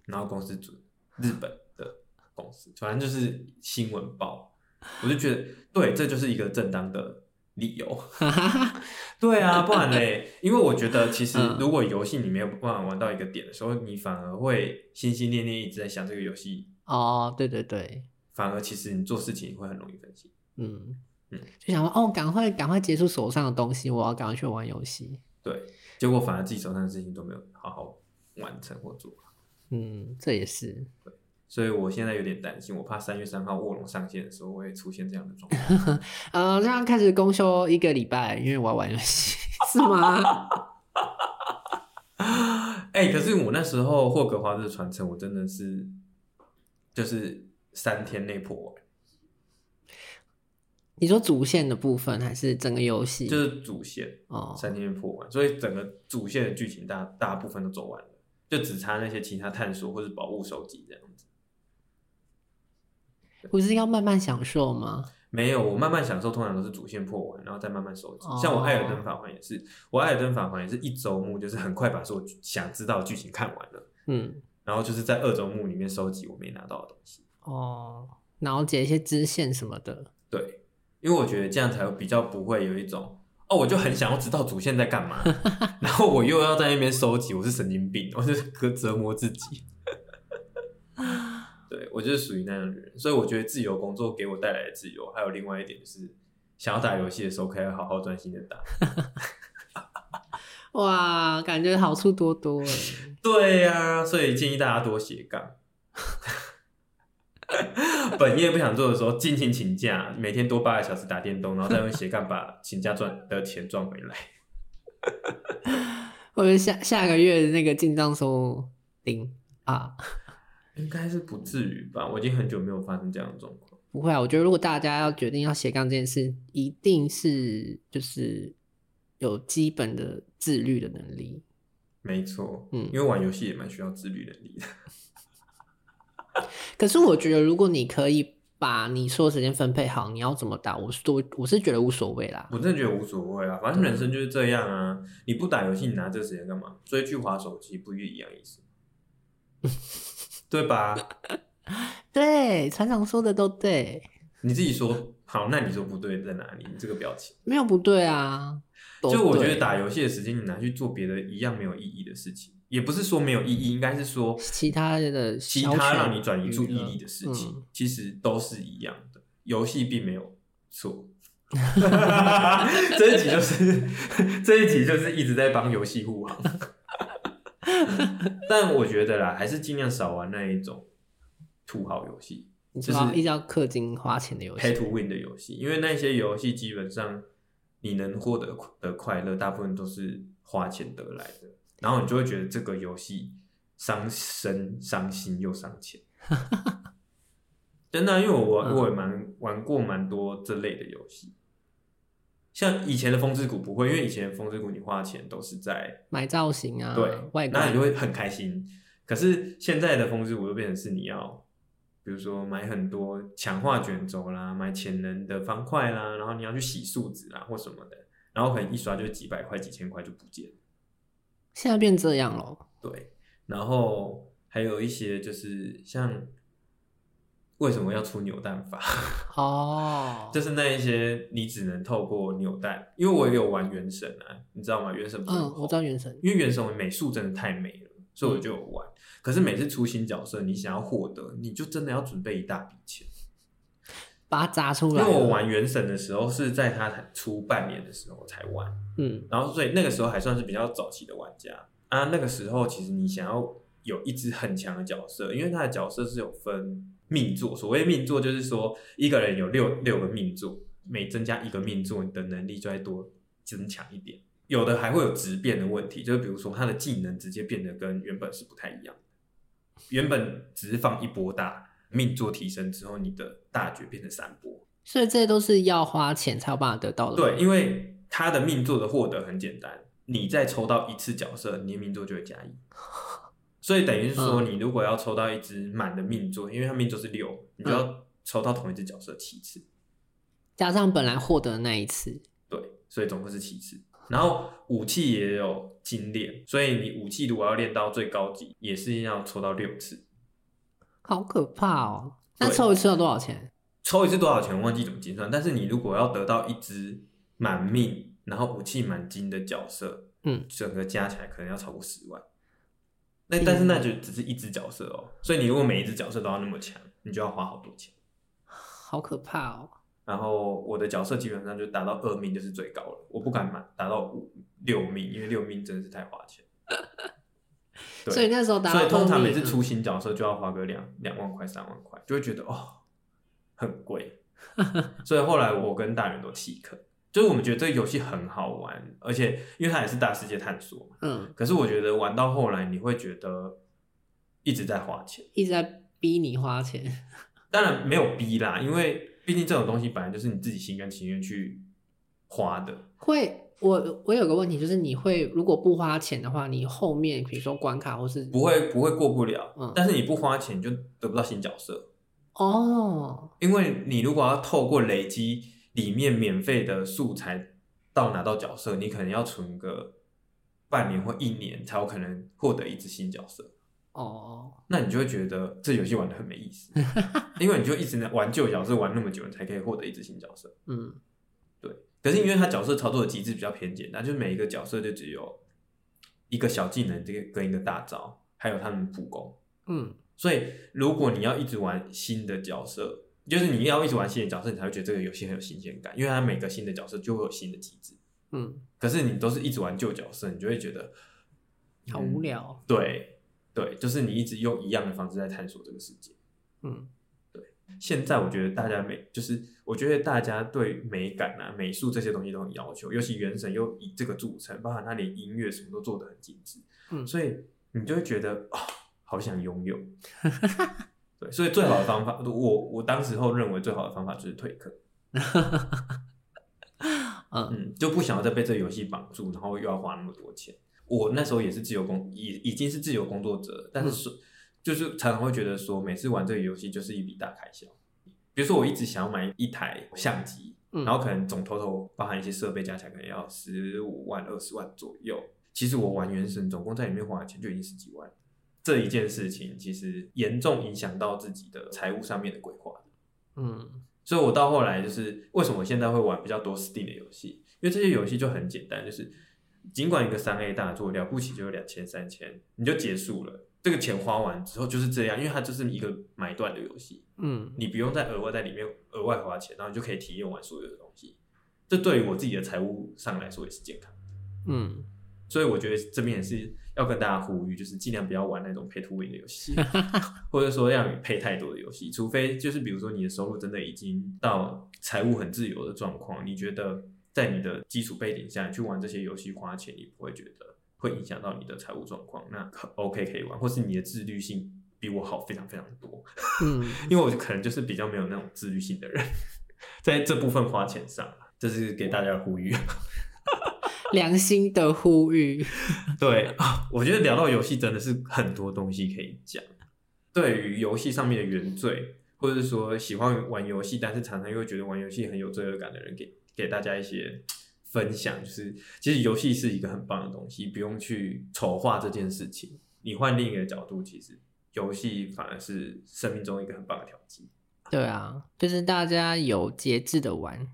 Speaker 1: 然后公司准日本的公司，反正就是新闻报，我就觉得对，这就是一个正当的理由。
Speaker 2: 哈哈哈，
Speaker 1: 对啊，不然嘞，因为我觉得其实
Speaker 2: 嗯
Speaker 1: 如果游戏你没有办法玩到一个点的时候，你反而会心心念念一直在想这个游戏，
Speaker 2: 哦，对对对，
Speaker 1: 反而其实你做事情会很容易分心。
Speaker 2: 嗯
Speaker 1: 嗯
Speaker 2: 就想说哦，赶快赶快结束手上的东西，我要赶快去玩游戏。
Speaker 1: 对，结果反而自己手上的事情都没有好好完成或做好，
Speaker 2: 嗯，这也是，
Speaker 1: 所以我现在有点担心，我怕三月三号卧龙上线的时候会出现这样的状况。
Speaker 2: 呃，这样开始公休一个礼拜，因为我要玩游戏，是 吗？
Speaker 1: 哎、可是我那时候霍格华兹的传承，我真的是就是三天内破完，
Speaker 2: 你说主线的部分还是整个游戏？
Speaker 1: 就是主线。
Speaker 2: 哦，
Speaker 1: 三天就破完，所以整个主线的剧情大大部分都走完了，就只差那些其他探索或是宝物收集这样子。
Speaker 2: 不是要慢慢享受吗？
Speaker 1: 没有，我慢慢享受，通常都是主线破完，然后再慢慢收集。
Speaker 2: 哦
Speaker 1: 像我《艾尔登法环》也是，我《艾尔登法环》也是一周目，就是很快把所有想知道的剧情看完了，
Speaker 2: 嗯，
Speaker 1: 然后就是在二周目里面收集我没拿到的东西。
Speaker 2: 哦，然后解一些支线什么的。
Speaker 1: 对，因为我觉得这样才比较不会有一种。哦，我就很想要知道主线在干嘛，然后我又要在那边收集，我是神经病，我就是折折磨自己。对我就是属于那样的人，所以我觉得自由工作给我带来的自由，还有另外一点就是，想要打游戏的时候可以好好专心的打。
Speaker 2: 哇，感觉好处多多 哎。
Speaker 1: 对呀、所以建议大家多斜杠。 本业不想做的时候，尽情请假，每天多八个小时打电动，然后再用斜杠把请假赚的钱赚回来。
Speaker 2: 或者下下个月那个进账收零啊？
Speaker 1: 应该是不至于吧？我已经很久没有发生这样的状况。
Speaker 2: 不会啊，我觉得如果大家要决定要斜杠这件事，一定是就是有基本的自律的能力。
Speaker 1: 没错，
Speaker 2: 嗯
Speaker 1: 因为玩游戏也蛮需要自律能力的。
Speaker 2: 可是我觉得，如果你可以把你所有时间分配好，你要怎么打，我是都我是觉得无所谓啦。
Speaker 1: 我真的觉得无所谓啊，反正人生就是这样啊。你不打游戏，你拿这个时间干嘛？追剧、划手机，不也一样意 思？对吧？
Speaker 2: 对，船长说的都对，
Speaker 1: 你自己说好，那你说不对在哪里？你这个表情，
Speaker 2: 没有不对啊。都
Speaker 1: 就我觉
Speaker 2: 对
Speaker 1: 得打游戏的时间，你拿去做别的一样没有意义的事情，也不是说没有意义，应该是说
Speaker 2: 其他的
Speaker 1: 其
Speaker 2: 消遣
Speaker 1: 他让你转移注意力的事情，
Speaker 2: 嗯
Speaker 1: 其实都是一样的。游戏并没有错。这一集就是这一集就是一直在帮游戏护航，但我觉得啦，还是尽量少玩那一种土豪游戏。
Speaker 2: 你知
Speaker 1: 就是
Speaker 2: 道一直要氪金花钱的游
Speaker 1: pay
Speaker 2: 戏，
Speaker 1: to win 的游戏，因为那些游戏基本上你能获得的快乐，大部分都是花钱得来的，然后你就会觉得这个游戏伤身、伤心又伤 钱。真的啊、因为我玩
Speaker 2: 嗯
Speaker 1: 我也蛮玩过蛮多这类的游戏，像以前的风之谷不会，因为以前的风之谷你花钱都是在
Speaker 2: 买造型啊，外
Speaker 1: 对，那
Speaker 2: 观
Speaker 1: 你就会很开心。可是现在的风之谷就变成是你要，比如说买很多强化卷轴啦，买潜能的方块啦，然后你要去洗数值啦或什么的，然后可能一刷就几百块、几千块就不见了。
Speaker 2: 现在变这样咯。
Speaker 1: 对，然后还有一些就是像为什么要出扭蛋法？
Speaker 2: 哦，
Speaker 1: 就是那一些你只能透过扭蛋，因为我也有玩原神啊，你知道吗？原神不是很
Speaker 2: 嗯，
Speaker 1: 红
Speaker 2: 我知道原神，
Speaker 1: 因为原神美术真的太美了，所以我就有玩。可是每次出新角色，你想要获得，你就真的要准备一大笔钱。
Speaker 2: 把它砸出
Speaker 1: 因
Speaker 2: 来
Speaker 1: 为
Speaker 2: 了。
Speaker 1: 我玩原神的时候是在它才出半年的时候才玩，
Speaker 2: 嗯
Speaker 1: 然后所以那个时候还算是比较早期的玩家啊。那个时候其实你想要有一只很强的角色，因为它的角色是有分命座，所谓命座就是说一个人有六六个命座，每增加一个命座，你的能力就会多增强一点。有的还会有质变的问题，就是比如说他的技能直接变得跟原本是不太一样的，原本只是放一波大，命做提升之后，你的大绝变成三波。
Speaker 2: 所以这些都是要花钱才有办法得到的。
Speaker 1: 对，，因为他的命座的获得很简单，你再抽到一次角色，你的命座就会加一。所以等于是说，
Speaker 2: 嗯
Speaker 1: 你如果要抽到一只满的命座，因为它命座是六，你就要抽到同一只角色七次。
Speaker 2: 加上本来获得的那一次，
Speaker 1: 对，所以总共是七次。然后武器也有精炼，所以你武器如果要练到最高级，也是要抽到六次。
Speaker 2: 好可怕哦！
Speaker 1: 对
Speaker 2: 那抽一次要多少钱？
Speaker 1: 抽一次多少钱？我忘记怎么计算。但是你如果要得到一只满命，然后武器满金的角色，
Speaker 2: 嗯，
Speaker 1: 整个加起来可能要超过十万。那但是那就只是一只角色哦，所以你如果每一只角色都要那么强，你就要花好多钱。
Speaker 2: 好可怕哦！
Speaker 1: 然后我的角色基本上就达到二命就是最高了，我不敢满达到五六命，因为六命真的是太花钱。对
Speaker 2: 所以那时候达到
Speaker 1: 所以通常
Speaker 2: 后
Speaker 1: 每
Speaker 2: 面
Speaker 1: 次出新角色就要花个两两万块、三万块，就会觉得哦很贵。所以后来我跟大人都弃坑，就是我们觉得这个游戏很好玩，而且因为它也是大世界探索嘛。
Speaker 2: 嗯，嗯
Speaker 1: 可是我觉得玩到后来，你会觉得一直在花钱。
Speaker 2: 一直在逼你花钱，
Speaker 1: 当然没有逼啦，因为毕竟这种东西本来就是你自己心甘情愿去花的。
Speaker 2: 会我我有个问题，就是你会如果不花钱的话，你后面比如说关卡或是
Speaker 1: 不会不会过不了，
Speaker 2: 嗯
Speaker 1: 但是你不花钱就得不到新角色，
Speaker 2: 哦，
Speaker 1: 因为你如果要透过累积里面免费的素材到拿到角色，你可能要存个半年或一年才有可能获得一只新角色，
Speaker 2: 哦，
Speaker 1: 那你就会觉得这游戏玩的很没意思，因为你就一直玩旧角色玩那么久，你才可以获得一只新角色。
Speaker 2: 嗯，
Speaker 1: 对，可是因为它角色操作的机制比较偏简单，就是每一个角色就只有一个小技能，这个跟一个大招，还有他们普攻。
Speaker 2: 嗯，
Speaker 1: 所以如果你要一直玩新的角色，就是你要一直玩新的角色，你才会觉得这个游戏很有新鲜感，因为它每个新的角色就会有新的机制。
Speaker 2: 嗯，
Speaker 1: 可是你都是一直玩旧角色，你就会觉得嗯
Speaker 2: 好无。聊，
Speaker 1: 对对，就是你一直用一样的方式在探索这个世界。
Speaker 2: 嗯，
Speaker 1: 现在我觉得大家美，就是我觉得大家对美感啊、美术这些东西都很要求，尤其《原神》又以这个著称，包含它连音乐什么都做得很精致，
Speaker 2: 嗯
Speaker 1: 所以你就会觉得啊、好想拥有。 对，所以最好的方法，我我当时候认为最好的方法就是退课，
Speaker 2: 嗯，
Speaker 1: 嗯，就不想要再被这个游戏绑住，然后又要花那么多钱。我那时候也是自由工，已已经是自由工作者了，
Speaker 2: 嗯
Speaker 1: 但是说、就是常常会觉得说，每次玩这个游戏就是一笔大开销。比如说，我一直想要买一台相机，
Speaker 2: 嗯
Speaker 1: 然后可能总 total 包含一些设备加起来，可能要十五万、二十万左右。其实我玩原神，总共在里面花的钱就已经十几万。这一件事情其实严重影响到自己的财务上面的规划。
Speaker 2: 嗯，
Speaker 1: 所以我到后来就是为什么我现在会玩比较多 Steam 的游戏，因为这些游戏就很简单，就是尽管一个三 A 大作了不起就两千三千，你就结束了，这个钱花完之后就是这样，因为它就是一个买断的游戏，
Speaker 2: 嗯，
Speaker 1: 你不用再额外在里面额外花钱，然后你就可以体验完所有的东西。这对于我自己的财务上来说也是健康，
Speaker 2: 嗯，
Speaker 1: 所以我觉得这边也是要跟大家呼吁，就是尽量不要玩那种 pay to win 的游戏。 或者说让你配太多的游戏，除非就是比如说你的收入真的已经到财务很自由的状况，你觉得在你的基础背景下你去玩这些游戏花钱，你不会觉得会影响到你的财务状况，那可 OK 可以玩，或是你的自律性比我好非常非常多，
Speaker 2: 嗯，
Speaker 1: 因为我可能就是比较没有那种自律性的人， 在这部分花钱上，啊这是给大家的呼吁。
Speaker 2: 良心的呼吁，
Speaker 1: 对啊，我觉得聊到游戏真的是很多东西可以讲。对于游戏上面的原罪，或者是说喜欢玩游戏，但是常常又觉得玩游戏很有罪恶感的人，给给大家一些分享，就是其实游戏是一个很棒的东西，不用去丑化这件事情。你换另一个角度，其实游戏反而是生命中一个很棒的调剂。
Speaker 2: 对啊，就是大家有节制的玩，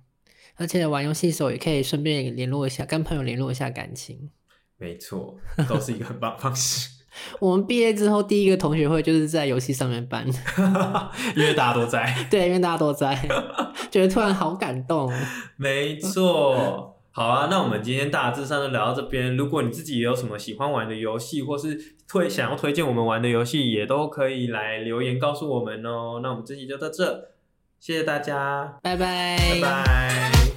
Speaker 2: 而且玩游戏的时候也可以顺便联络一下，跟朋友联络一下感情。
Speaker 1: 没错，都是一个很棒的方式，
Speaker 2: 我们毕业之后第一个同学会就是在游戏上面办，
Speaker 1: 因为大家都在。
Speaker 2: 对，因为大家都在， 觉得突然好感动哦。
Speaker 1: 没错。好啊，那我们今天大致上就聊到这边。如果你自己也有什么喜欢玩的游戏，或是推想要推荐我们玩的游戏，也都可以来留言告诉我们哦。那我们这期就到这，谢谢大家，
Speaker 2: 拜拜，
Speaker 1: 拜拜